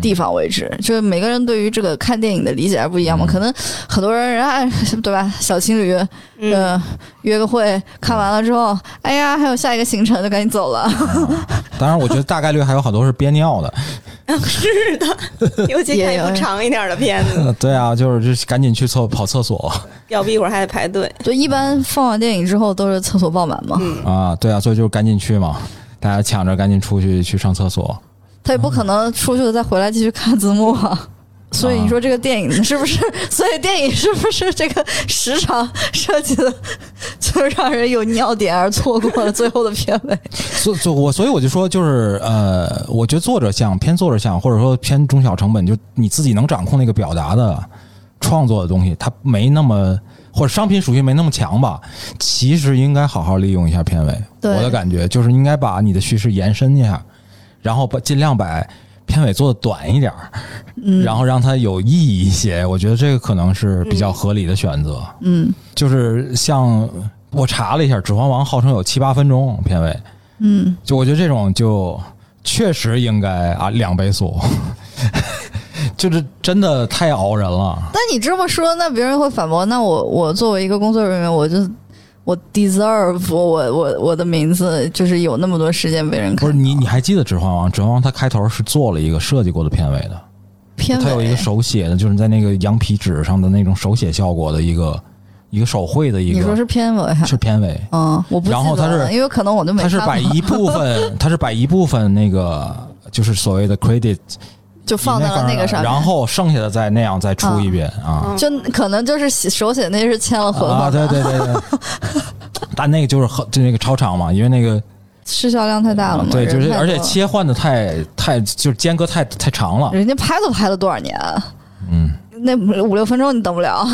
A: 地方为止，就是每个人对于这个看电影的理解还不一样嘛。可能很多人人爱对吧？小情侣，
C: 嗯，
A: 呃，约个会，看完了之后，哎呀，还有下一个行程，就赶紧走了。
B: 当然，我觉得大概率还有好多是憋尿的。
C: 是的， 尤其看一
A: 也有
C: 部长一点的片子，
A: 嗯
B: 呃 对啊，就是就赶紧去厕跑厕所
C: 要不一会儿还得排队。
A: 就一般放完电影之后都是厕所爆满嘛，
C: 嗯，
B: 啊，对啊，所以就赶紧去嘛，大家抢着赶紧出去去上厕所。
A: 他也不可能出去了再回来继续看字幕 啊。所以你说这个电影是不 是？所以电影是不是这个时长设计的， 就让人有尿点而错过了最后的片 尾？
B: 所所我所以我就说，就是呃，我觉得作者像偏作者像，或者说偏中小成本，就你自己能掌控那个表达的创作的东西，它没那么或者商品属性没那么强吧。其实应该好好利用一下片尾，我
A: 对
B: 的感觉就是应该把你的叙事延伸一下，然后把尽量把片尾做的短一点，儿，
A: 嗯
B: 然后让它有意义一些。我觉得这个可能是比较合理的选择。
A: 嗯
B: 就是像我查了一下，《指环王》号称有七八分钟片尾。
A: 嗯，
B: 就我觉得这种就确实应该啊两倍速， 就是真的太熬人了。
A: 但你这么说，那别人会反驳。那我我作为一个工作人员，我就我 deserve 我我我的名字就是有那么多时间被人
B: 不
A: 看
B: 是你，你还记得《指环王》？《指环王》它开头是做了一个设计过的片尾的，
A: 片尾
B: 它有一个手写的，就是在那个羊皮纸上的那种手写效果的一个一个手绘的一
A: 你说
B: 个
A: 是片尾哈？
B: 是片尾。
A: 嗯，我不记
B: 然后
A: 得
B: 它是
A: 了，因为可能我就没
B: 它
A: 看
B: 是把
A: 过
B: 一部分，它是把一部分那个就是所谓的 credit
A: 就放在了那个上面，
B: 啊然后剩下的再那样再出一遍啊。
C: 嗯
A: 就可能就是写手写那是签了合
B: 啊，
A: 同，
B: 对对对对。 但那个就是很就那个超长嘛，因为那个
A: 失效量太大了嘛。
B: 嗯对，就
A: 嗯人
B: 是
A: 太
B: 而且
A: 多了
B: 切换的太太就是间隔太太长了。
A: 人家拍都拍了多少年啊，
B: 嗯，
A: 那五六分钟你等不了。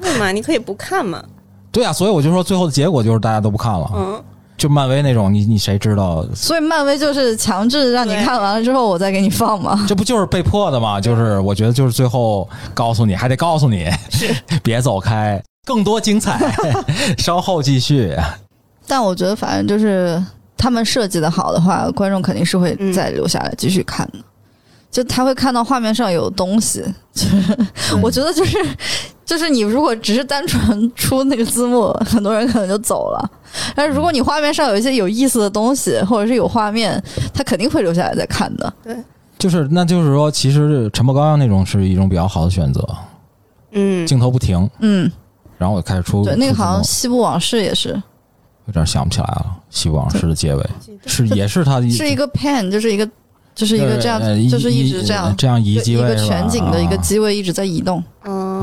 C: 对嘛，你可以不看嘛。
B: 对啊，所以我就说最后的结果就是大家都不看了，
C: 嗯，
B: 就漫威那种，你你谁知道？
A: 所以漫威就是强制让你
C: 对
A: 看完了之后我再给你放嘛。
B: 这不就是被迫的嘛？就是我觉得就是最后告诉你，还得告诉你， 别走开，更多精 彩，稍后继续。
A: 但我觉得反正就是他们设计的好的话，观众肯定是会
C: 嗯
A: 再留下来继续看的。就他会看到画面上有东西， 就是、我觉得就是就是你如果只是单纯出那个字幕，很多人可能就走了。但是如果你画面上有一些有意思的东西，或者是有画面，他肯定会留下来再看的。
B: 就是那就是说，其实《沉默羔羊》那种是一种比较好的选择，
C: 嗯，
B: 镜头不停，
A: 嗯，
B: 然后我开始出
A: 对，那个好像
B: 出字
A: 《
B: 幕
A: 西部往事》也是，
B: 有点想不起来了，《西部往事》的结尾是也是他
A: 是一个 pan，就是一个就是一个这样，
B: 呃一
A: 就是一直
B: 一
A: 这样，
B: 这样移
A: 对
B: 机
A: 一
B: 位
A: 个
B: 是吧
A: 全景的一个
B: 啊
A: 机位一直在移动。
C: 嗯，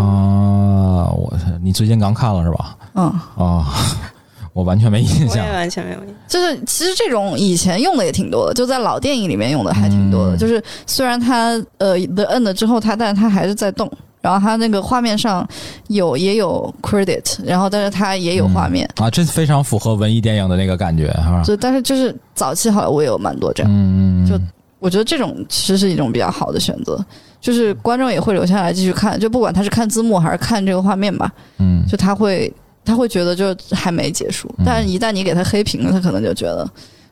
B: 啊！我你最近刚看了是吧？
A: 嗯，
B: 啊， 我完全没印
C: 我也
B: 象。
C: 完全没有印象。
A: 就是其实这种以前用的也挺多的，就在老电影里面用的还挺多的。
B: 嗯
A: 就是虽然它呃的摁了之后它，但是它还是在动。然后它那个画面上有也有 credit，然后但是它也有画面。
B: 啊，这非常符合文艺电影的那个感觉，是吧？
A: 就但是就是早期好莱坞也有蛮多这样，
B: 啊嗯，
A: 就我觉得这种其实是一种比较好的选择，就是观众也会留下来继续看，就不管他是看字幕还是看这个画面吧，
B: 嗯，
A: 就他会他会觉得就还没结束，
B: 嗯
A: 但是一旦你给他黑屏了，他可能就觉得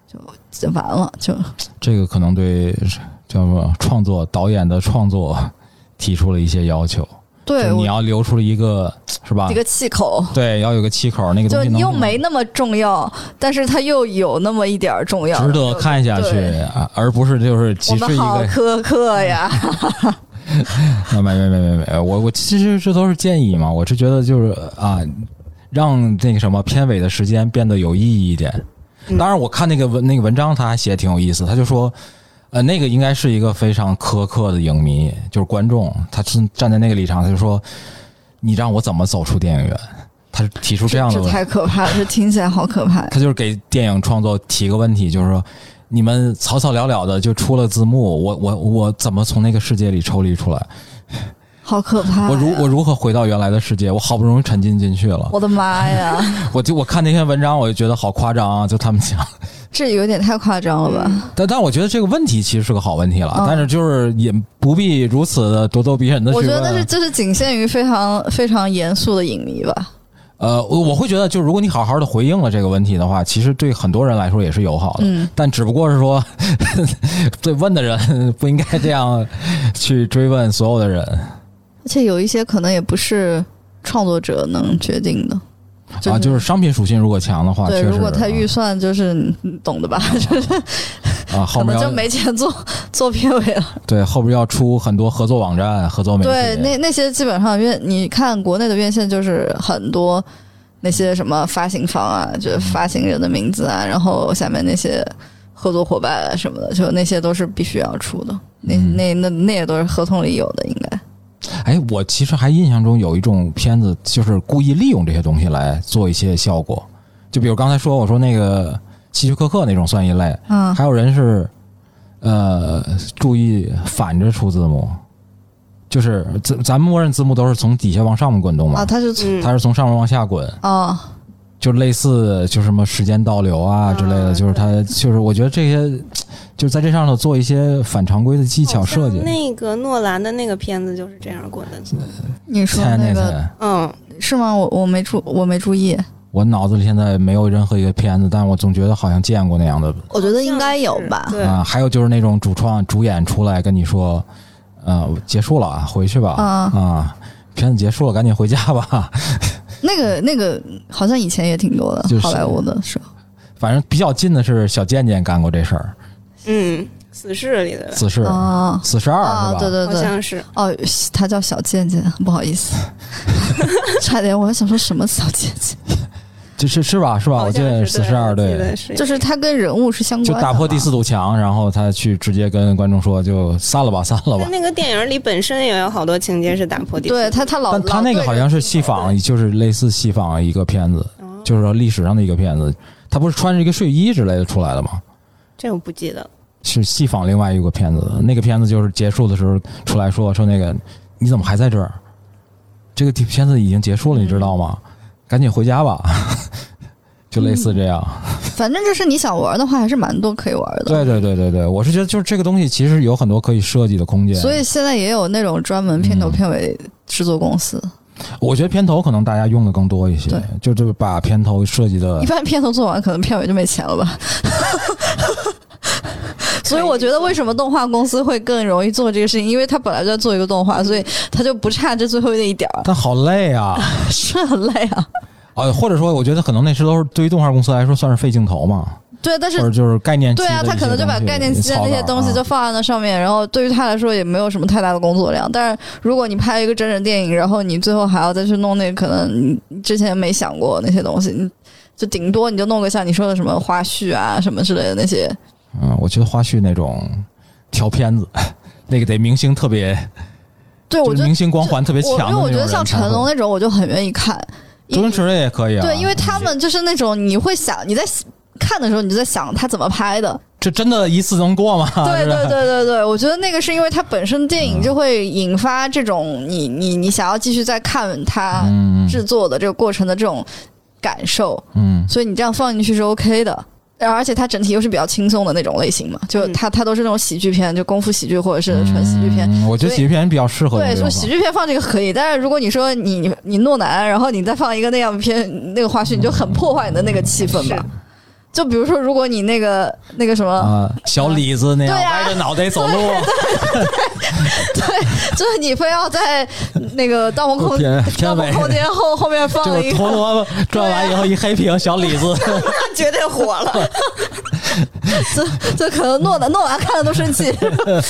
A: 就完了，就
B: 这个可能对叫什么创作导演的创作提出了一些要求，
A: 对
B: 就
A: 我
B: 你要留出了一个是吧
A: 一？个气口，
B: 对，要有个气口，那啊个东
A: 就
B: 西能
A: 又没那么重要，但是它又有那么一点儿重要，
B: 值得看下去
A: 对，
B: 啊而不是就是
A: 我
B: 只是
A: 们
B: 一
A: 好
B: 个嗯
A: 苛刻呀，
B: 啊，没没没没没，我我其实这都是建议嘛，我是觉得就是啊，让那个什么片尾的时间变得有意义一点。
C: 嗯
B: 当然，我看那个文那个文章，他还写得挺有意思，他就说，呃，那个应该是一个非常苛刻的影迷，就是观众，他是站在那个立场，他就说，你让我怎么走出电影院？他是提出这样的
A: 这
B: 问题，
A: 太可怕了，这听起来好可怕呀。
B: 他就是给电影创作提个问题，就是说。你们草草了了的就出了字幕，我我我怎么从那个世界里抽离出来？
A: 好可怕呀！
B: 我如我如何回到原来的世界？我好不容易沉浸进去了，
A: 我的妈呀，
B: 我就我看那篇文章，我就觉得好夸张啊！就他们讲，
A: 这有点太夸张了吧？
B: 但但我觉得这个问题其实是个好问题了，
A: 嗯
B: 但是就是也不必如此的咄咄逼人的去
A: 我
B: 问。
A: 觉得是这是仅限于非常非常严肃的影迷吧。
B: 呃，我我会觉得，就是如果你好好的回应了这个问题的话，其实对很多人来说也是友好的。
A: 嗯
B: 但只不过是说， 对问的人 不应该这样去追问所有的人。
A: 而且有一些可能也不是创作者能决定的。
B: 啊，就是商品属性如果强的话，
A: 对，
B: 啊确实
A: 如果他预算就是你你懂的吧， 就是
B: 啊后
A: 可
B: 面
A: 能就
B: 要
A: 没钱做 做片尾了。
B: 对后边要出很多合作网站、合作媒体，
A: 对，那那些基本上院，你看国内的院线就是很多那些什么发行方啊，就是发行人的名字啊，然后下面那些合作伙伴啊什么的，就那些都是必须要出的。那
B: 嗯
A: 那那那也都是合同里有的，应该。
B: 哎，我其实还印象中有一种片子，就是故意利用这些东西来做一些效果，就比如刚才说我说那个希区柯克那种算一类，
A: 嗯，
B: 还有人是呃注意反着出字幕，就是咱咱默认字幕都是从底下往上面滚动嘛，
A: 啊，他是 从
B: 它
C: 嗯，
B: 是从上面往下滚，
A: 哦，
B: 就类似就什么时间倒流啊
C: 啊
B: 之类的，就是它就是我觉得这些就是在这上头做一些反常规的技巧设计
C: 嗯
B: 嗯
C: 好像。那个诺兰的那个片子就是这样滚的，
A: 你说
B: 猜
A: 那
B: 那
A: 个
B: 猜，
C: 嗯，
A: 是吗？我我没注我没注意，
B: 我脑子里现在没有任何一个片子，但我总觉得好像见过那样的
A: 我觉得应该有吧。
C: 对，
B: 啊。还有就是那种主创主演出来跟你说，呃，结束了，啊，回去吧
A: 啊
C: 嗯
B: 啊，片子结束了，赶紧回家吧。
A: 那个那个好像以前也挺多的，
B: 就是
A: 好莱坞的时候。
B: 反正比较近的是小贱贱干过这事儿，
C: 嗯，死侍里的吧，
B: 四十
A: 哦
B: 四十二
A: 啊，
B: 是吧？
A: 对对
C: 好
A: 对，
C: 像是
A: 哦，他叫小贱贱，不好意 思，差点我还想说什么小贱贱，
B: 就是是吧？哦是吧？我
C: 好
B: 记
C: 像
B: 得
C: 是
B: 四十二，
C: 对我
B: 对
C: 记，得是
A: 就是他跟人物是相关
B: 就
A: 的嘛，
B: 打破第四堵墙，然后他去直接跟观众说：“就散了吧，散了吧
C: 但。那个电影里本身也有好多情节是打破第四
A: 对他他”老
B: 但他
A: 老
B: 那个
A: 对
B: 好像是戏仿，就是类似戏仿一个片子，
C: 墙，哦
B: 就是说历史上的一个片子。他不是穿着一个睡衣之类的出来的吗？
C: 这我不记得了。
B: 是戏仿另外一个片子，那个片子就是结束的时候出来说说那个你怎么还在这儿？这个片子已经结束了，你知道
A: 嗯
B: 吗？赶紧回家吧， 就类似这样。
A: 反正就是你想玩的话，还是蛮多可以玩的。
B: 对对对对对，我是觉得就是这个东西其实有很多可以设计的空间。
A: 所以现在也有那种专门
B: 嗯
A: 片头片尾制作公司，
B: 我觉得片头可能大家用的更多一些
A: 对，
B: 就就是把片头设计的
A: 一般片头做完，可能片尾就没钱了 吧。所以我觉得，为什么动画公司会更容易做这个事情？因为他本来就在做一个动画，所以他就不差这最后那一点儿，
B: 但好累 啊！
A: 是很累啊。
B: 啊，或者说，我觉得可能那时都是对于动画公司来说算是费镜头嘛，
A: 对，但
B: 或
A: 是
B: 者就是概念期
A: 对
B: 的一些
A: 啊，
B: 东西。
A: 他可能就把概念期的那些东西
B: 草稿
A: 就
B: 啊
A: 放在那上面，然后对于他来说也没有什么太大的工作量。但是如果你拍一个真人电影，然后你最后还要再去弄那个，可能你之前没想过那些东西，你就顶多你就弄个像你说的什么花絮啊什么之类的那些。
B: 嗯，我觉得花絮那种调片子，那个得明星特别，
A: 对，
B: 就
A: 我
B: 是
A: 觉得
B: 明星光环特别
A: 我
B: 强的
A: 因为我
B: 那
A: 觉得
B: 种人
A: 像
B: 才
A: 成龙
B: 会、
A: 那种，我就很愿意看。
B: 周星驰的也可以啊。
A: 对，因为他们就是那种你会想你在看的时候，你就在想他怎么拍的。
B: 这真的一次能过吗？
A: 对
B: 啊是嗯吧
A: 对对对对，我觉得那个是因为它本身电影就会引发这种你你你想要继续再看它
B: 嗯
A: 制作的这个过程的这种感受，
B: 嗯，
A: 所以你这样放进去是 OK 的。然后而且它整体又是比较轻松的那种类型嘛，就
C: 嗯
A: 它它都是那种喜剧片，就功夫喜剧或者是纯喜剧片。
B: 嗯我觉得
A: 所以
B: 喜剧片比较适合
A: 对，
B: 这
A: 说
B: 种
A: 喜剧片放这个可以，但是如果你说你你你诺南，然后你再放一个那样片那个花絮，你就很破坏你的那个气氛吧。就比如说，如果你那个那个什么，
B: 啊，小李子那样
A: 对啊
B: 歪着脑 袋走路，
A: 就是你非要在那个《盗梦空
B: 片
A: 间》《盗
B: 片尾
A: 梦空间》后 后啊面放
B: 就
A: 了一
B: 是
A: 个，
B: 陀螺转完以后一黑屏，小李 子
C: 那绝对 火了。
A: 这 这可能诺的诺完看了都生气，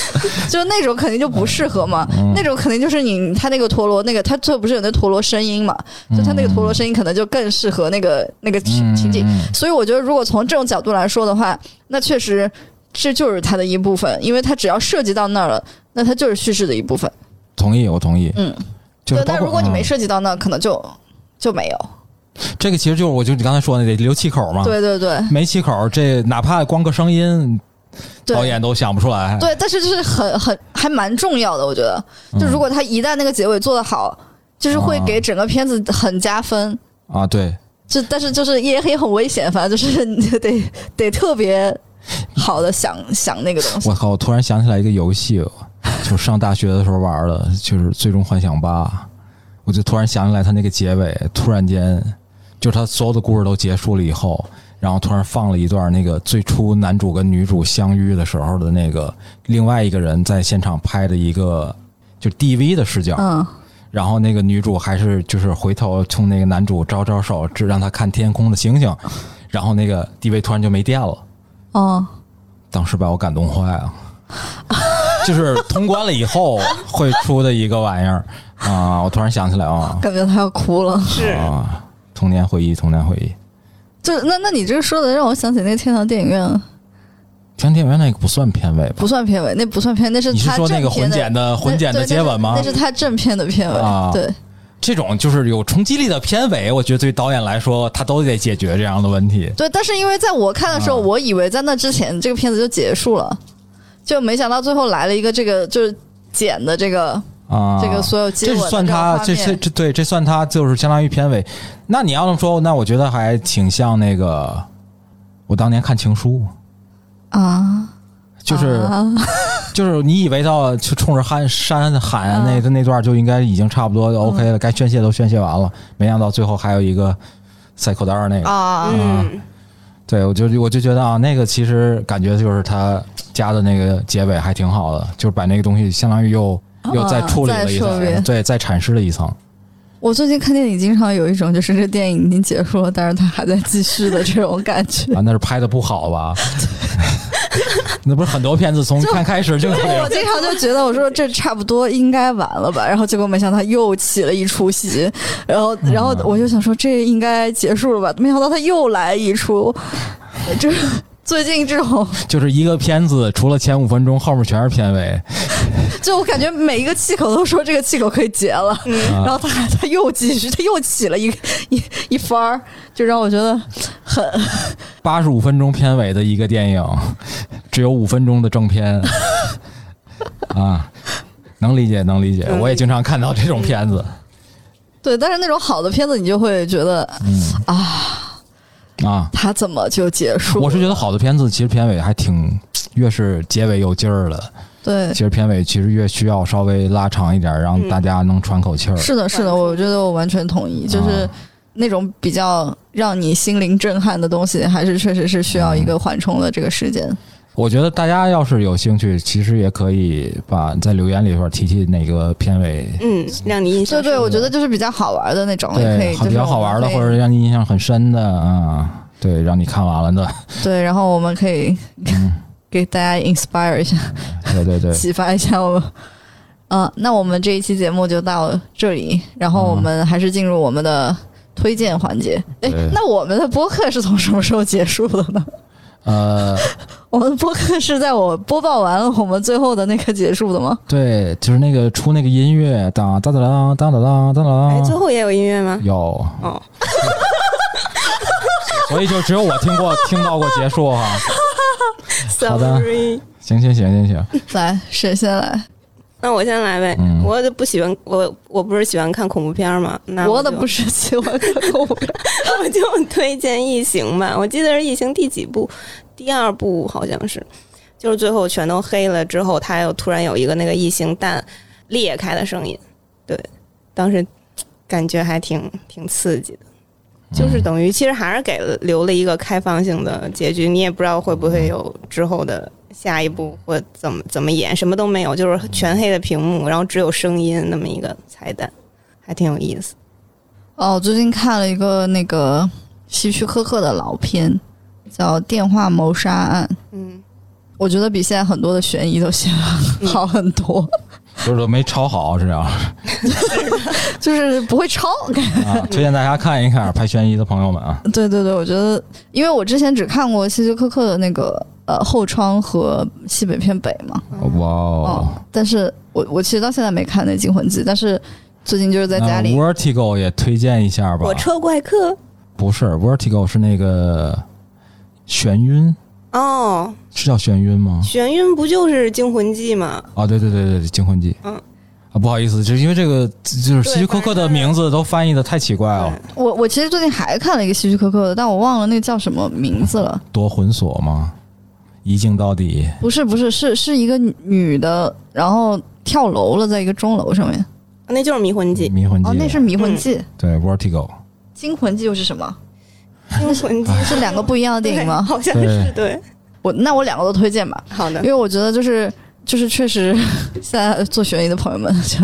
A: 就是那种肯定就不适合嘛，
B: 嗯
A: 那种肯定就是你他那个陀螺那个他最后不是有那陀螺声音嘛，就他那个陀螺声音可能就更适合那个那个
B: 嗯
A: 情情景，所以我觉得如果从这种角度来说的话，那确实这就是它的一部分，因为它只要涉及到那儿了，那它就是叙事的一部分。
B: 同意，我同意。
A: 嗯，
B: 就是
A: 对，但
B: 包括
A: 如果你没
B: 嗯
A: 涉及到那儿，可能就就没有。
B: 这个，其实就是我就你刚才说的那得留气口嘛。，
A: 对对对。
B: 没气口，这哪怕光个声音，
A: 对
B: 导演都想不出来。
A: 对，但是就是很很还蛮重要的，我觉得，
B: 嗯
A: 就如果他一旦那个结尾做得好，就是会给整个片子很加分。
B: 啊，对，
A: 就但是就是也也很危险，反正就是你就得 得特别好的想想那个东西。
B: 我靠！我突然想起来一个游戏，就是上大学的时候玩的，就是《最终幻想八》。我就突然想起来他那个结尾，突然间就是他所有的故事都结束了以后，然后突然放了一段那个最初男主跟女主相遇的时候的那个另外一个人在现场拍的一个就 DV 的视角，
A: 嗯
B: 然后那个女主还是就是回头冲那个男主招招手，只让他看天空的星星，然后那个 DV 突然就没电了。
A: 哦，
B: 当时把我感动坏了。 就是通关了以后会出的一个玩意儿啊！我突然想起来啊
A: 感觉他要哭了。
C: 是
B: 啊，童年回忆，童年回忆。
A: 就那那你这个说的让我想起那个天堂电影院
B: 天天园那个不算片尾吧？
A: 不算片尾，那不算片，那是
B: 你是
A: 嗯他
B: 说那个
A: 正片
B: 混剪
A: 的
B: 的混剪的
A: 对
B: 接吻吗
A: 那？是那是他正片的片尾，
B: 啊
A: 对，
B: 这种就是有冲击力的片尾，我觉得对导演来说，他都得解决这样的问题。
A: 对，但是因为在我看的时候，
B: 啊
A: 我以为在那之前这个片子就结束了，就没想到最后来了一个这个就是剪的这个、
B: 啊，
A: 这个所有接
B: 这
A: 吻的
B: 算
A: 个
B: 他
A: 画
B: 这
A: 面
B: 这这对这算他就是相当于片尾。那你要这么说，那我觉得还挺像那个我当年看《情书
A: 啊，》，
B: 就是、
A: 啊
B: 就是你以为到就冲着喊山喊那那段就应该已经差不多 OK 了，该宣泄都宣泄完了，没想到最后还有一个塞口袋儿那个。
A: 啊
C: 嗯，
B: 对，我就我就觉得啊，那个其实感觉就是他加的那个结尾还挺好的，就是把那个东西相当于又又哦再
A: 啊
B: 处理了一
A: 再
B: 层
A: 处，理
B: 对，再阐释了一层。
A: 我最近看电影，经常有一种就是这电影已经结束了，但是它还在继续的这种感 觉。
B: 啊，那是拍的不好吧？ 那不是很多片子从一看开始就有
A: 就我经常就觉得，我说这差不多应该完了吧，然后结果没想到他又起了一出戏，然后然后我就想说这应该结束了吧，没想到他又来一出，就是最近这种，
B: 就是一个片子，除了前五分钟，后面全是片尾。
A: 就我感觉每一个气口都说这个气口可以结了，
B: 嗯
A: 然后他还他又继续，他又起了一 一一番儿，就让我觉得很
B: 八十五分钟片尾的一个电影，只有五分钟的正片啊，能理解，能理解
C: 能理。解
B: 我也经常看到这种片子
A: 对，但是那种好的片子你就会觉得
B: 啊。
A: 他怎么就结束了？
B: 我是觉得好的片子其实片尾还挺，越是结尾有劲儿了，
A: 对
B: 其。实片尾其实越需要稍微拉长一点，让
C: 嗯
B: 大家能喘口气儿。
A: 是的，是的，我觉得我完全同意，就是
B: 啊
A: 那种比较让你心灵震撼的东西，还是确实是需要一个缓冲的这个时间。
B: 我觉得大家要是有兴趣，其实也可以把在留言里边提提哪个片尾，
C: 嗯，让你印象
A: 对对，
C: 深
A: 我觉得就是比较好玩的那种，也可
B: 对，
A: 以就
B: 好
A: 是
B: 比较好玩的，
A: 我
B: 或
A: 们可以
B: 者让你印象很深的啊，对，让你看完了的，
A: 对，然后我们可以
B: 嗯
A: 给大家 inspire 一下，
B: 对对对。
A: 启发一下我们。嗯，那我们这一期节目就到这里，然后我们还是进入我们的推荐环节。哎、
B: 嗯对
A: 那我们的播客是从什么时候结束的呢？
B: 呃，
A: 我们播客是在我播报完了我们最后的那个结束的吗？
B: 对，就是那个出那个音乐，当当当当当当当
C: 哎，最
B: 当，
C: 后也有音乐吗？
B: 有，
C: 哦，
B: 所以就只有我听过听到过结束哈、好的
C: Sorry
B: 行行行行行，
A: 来，谁先来？
C: 那我先来呗，
B: 嗯
C: 我就不喜欢我，我不是喜欢看恐怖片儿吗？那
A: 我
C: 就
A: 的不是喜 欢看恐怖片，
C: 我就推荐《异形》吧，我记得是《异形》第几部，第二部好像是，就是最后全都黑了之后，它又突然有一个那个异形蛋裂开的声音，对，当时感觉还挺挺刺激的，就是等于其实还是给了留了一个开放性的结局，你也不知道会不会有之后的下一步或怎么怎么演，什么都没有，就是全黑的屏幕，然后只有声音那么一个彩蛋，还挺有意思。
A: 哦，我最近看了一个那个希区柯克的老片，叫《电话谋杀案》，
C: 嗯，
A: 我觉得比现在很多的悬疑都写的好很多，
C: 嗯
B: 就是都没抄好，这样啊，
A: 就是不会抄。
B: 推荐大家看一看拍悬疑的朋友们啊，
A: 对对对，我觉得，因为我之前只看过希区柯克的那个呃《后窗》和《西北偏北》嘛，
B: 哇哦，
A: 哦，但是我我其实到现在没看那《惊魂记》，但是最近就是在家里
B: 那 Vertigo 也推荐一下吧
C: 火，车怪客。
B: 不是 Vertigo 是那个眩晕，
C: 哦，
B: 是叫眩晕吗？
C: 眩晕不就是《惊魂记》吗？
B: 啊，对对对对，对惊魂记，
C: 嗯。
B: 啊，不好意思，就是因为这个，就是希区柯克的
C: 反正
B: 名字都翻译的太奇怪了，
A: 我我其实最近还看了一个希区柯克的，但我忘了那叫什么名字了。
B: 多魂锁吗？一镜到底，
A: 不是不是，是是一个女的，然后跳楼了，在一个钟楼上面。
C: 那就是迷魂记，
B: 迷魂记
A: 哦，
B: 的，
A: 那是迷魂记，
B: 对 Vertigo，
A: 惊魂记又是什么？
B: 嗯
C: 迷魂记
A: 嗯是两个不一样的电影吗？
C: 好像是对，
A: 我那我两个都推荐吧，
C: 好的
A: 因，为我觉得就是就是确实现在做悬疑的朋友们就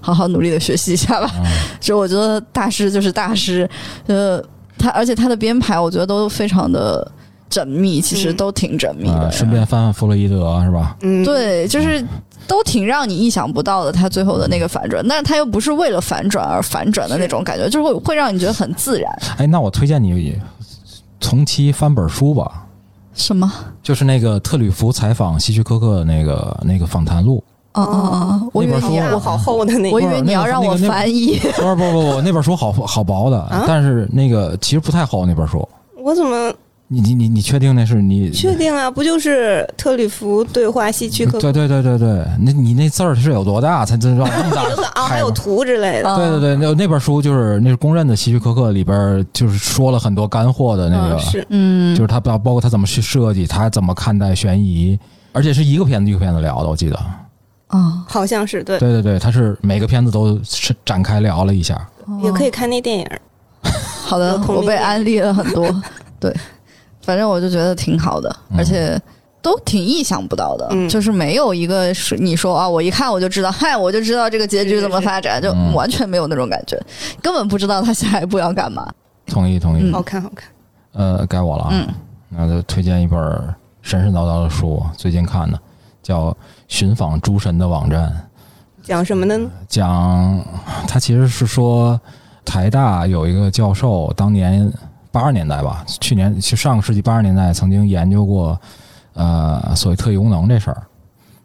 A: 好好努力的学习一下吧。
B: 嗯
A: 就我觉得大师就是大师，呃，他而且他的编排我觉得都非常的缜密，其实
C: 嗯
A: 都挺缜密
B: 啊，
A: 的。
B: 顺便翻翻弗洛伊德啊是吧？
C: 嗯，
A: 对，就是都挺让你意想不到的，他最后的那个反转，但是他又不是为了反转而反转的那种感觉，就是会会让你觉得很自然。
B: 哎，那我推荐你从期翻本书吧，
A: 什么？
B: 就是那个特吕弗采访希区柯克的那个那个访谈 录。
A: 哦哦哦！我以为
B: 那本
A: 你
B: 书
A: 要
C: 好，厚的那
A: 我
C: 个
A: 以为你要让我翻译。
B: 不是不是不是，那本书好好薄的，
C: 啊
B: 但是那个其实不太厚那本书。
C: 我怎么
B: 你你你你确定那是你？
C: 确定啊？不就是特吕弗对话希区柯克
B: 对对对对对，那你那字儿是有多大才真 让那么大
C: 有个啊，
B: 开
C: 还有
B: 吗
C: 图之类的，
A: 啊
B: 对对对，那那本书就是那是公认的希区柯克里边儿就是说了很多干货的那个，
C: 嗯，是
A: 嗯
B: 就是他包包括他怎么去设计，他怎么看待悬疑，而且是一个片子一个片子聊的，我记得。
A: 啊，
C: 好像是对，
B: 对对对，他是每个片子都是展开聊了一下。
C: 也可以看那电影，
A: 好的
C: 有，同
A: 我
C: 名
A: 被
C: 电影
A: 安利了很 多。对，反正我就觉得挺好的，
B: 嗯
A: 而且都挺意想不到的，
C: 嗯
A: 就是没有一个是你说啊，我一看我就知道，嗨，我就知道这个结局怎么发展，就
B: 嗯
A: 完全没有那种感觉，根本不知道他下一步要干嘛。
B: 同意同意。
A: 嗯
C: 好看好看。
B: 呃，该我了啊，
A: 嗯
B: 那就推荐一本神神叨叨的书，最近看的，叫《寻访诸神的网站》。
C: 讲什么的呢？
B: 讲他其实是说，台大有一个教授，当年八十年代吧，去年其实上个世纪八十年代曾经研究过，呃，所谓特异功能这事儿。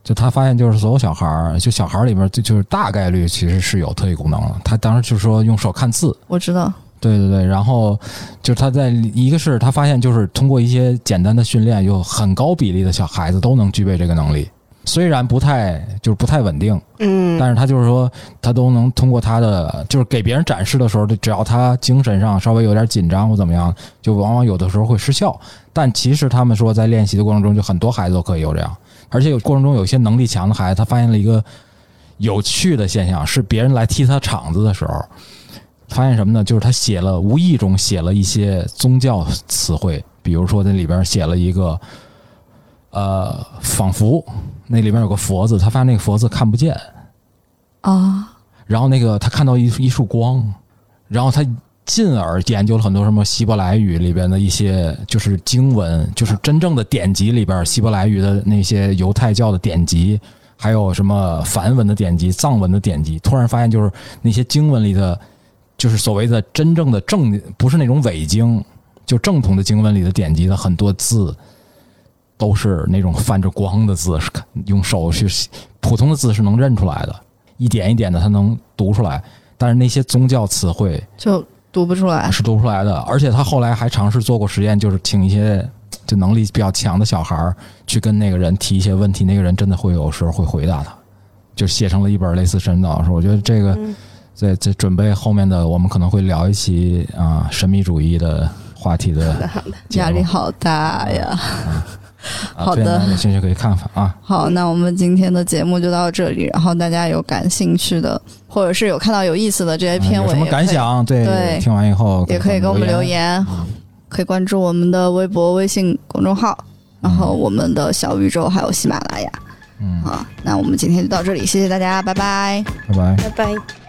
B: 就他发现，就是所有小孩儿，就小孩儿里面，就就是大概率其实是有特异功能的。他当时就是说用手看字，
A: 我知道，
B: 对对对，然后就是他在一个是他发现，就是通过一些简单的训练，有很高比例的小孩子都能具备这个能力，虽然不太就是不太稳定，
C: 嗯，
B: 但是他就是说，他都能通过他的，就是给别人展示的时候，只要他精神上稍微有点紧张或怎么样，就往往有的时候会失效。但其实他们说，在练习的过程中，就很多孩子都可以有这样，而且有过程中有些能力强的孩子，他发现了一个有趣的现象，是别人来踢他场子的时候，发现什么呢？就是他写了无意中写了一些宗教词汇，比如说那里边写了一个。呃，仿佛那里边有个佛字，他发现那个佛字看不见，
A: 啊，
B: 然后那个他看到一一束光，然后他进而研究了很多什么希伯来语里边的一些就是经文，就是真正的典籍里边希伯来语的那些犹太教的典籍，还有什么梵文的典籍、藏文的典籍，突然发现就是那些经文里的，就是所谓的真正的正，不是那种伪经，就正统的经文里的典籍的很多字。都是那种泛着光的字，是看用手去普通的字是能认出来的。一点一点的他能读出来，但是那些宗教词汇
A: 就读不出来。
B: 是读不出来的。而且他后来还尝试做过实验，就是请一些就能力比较强的小孩儿去跟那个人呃提一些问题，那个人真的会有时候会回答他，就写成了一本类似神导书。我觉得这个
C: 嗯
B: 在在准备后面的，我们可能会聊一期啊神秘主义的话题的
C: 好的，
B: 节目嗯
A: 压力好大呀！
B: 啊，
A: 好的
B: 推荐大家有兴趣可以看看啊。
A: 好，
C: 嗯
A: 那我们今天的节目就到这里。然后大家有感兴趣的，或者是有看到有意思的这些
B: 啊
A: 片
B: 有
A: 尾，
B: 什么感想？对，
A: 对
B: 听完以后
A: 也可以给我们留。言，可以关注我们的微博、微信公众号，然后我们的小宇宙还有喜马拉雅。啊
B: 嗯，
A: 好，那我们今天就到这里，谢谢大家，拜拜。
B: 拜拜。
C: 拜拜。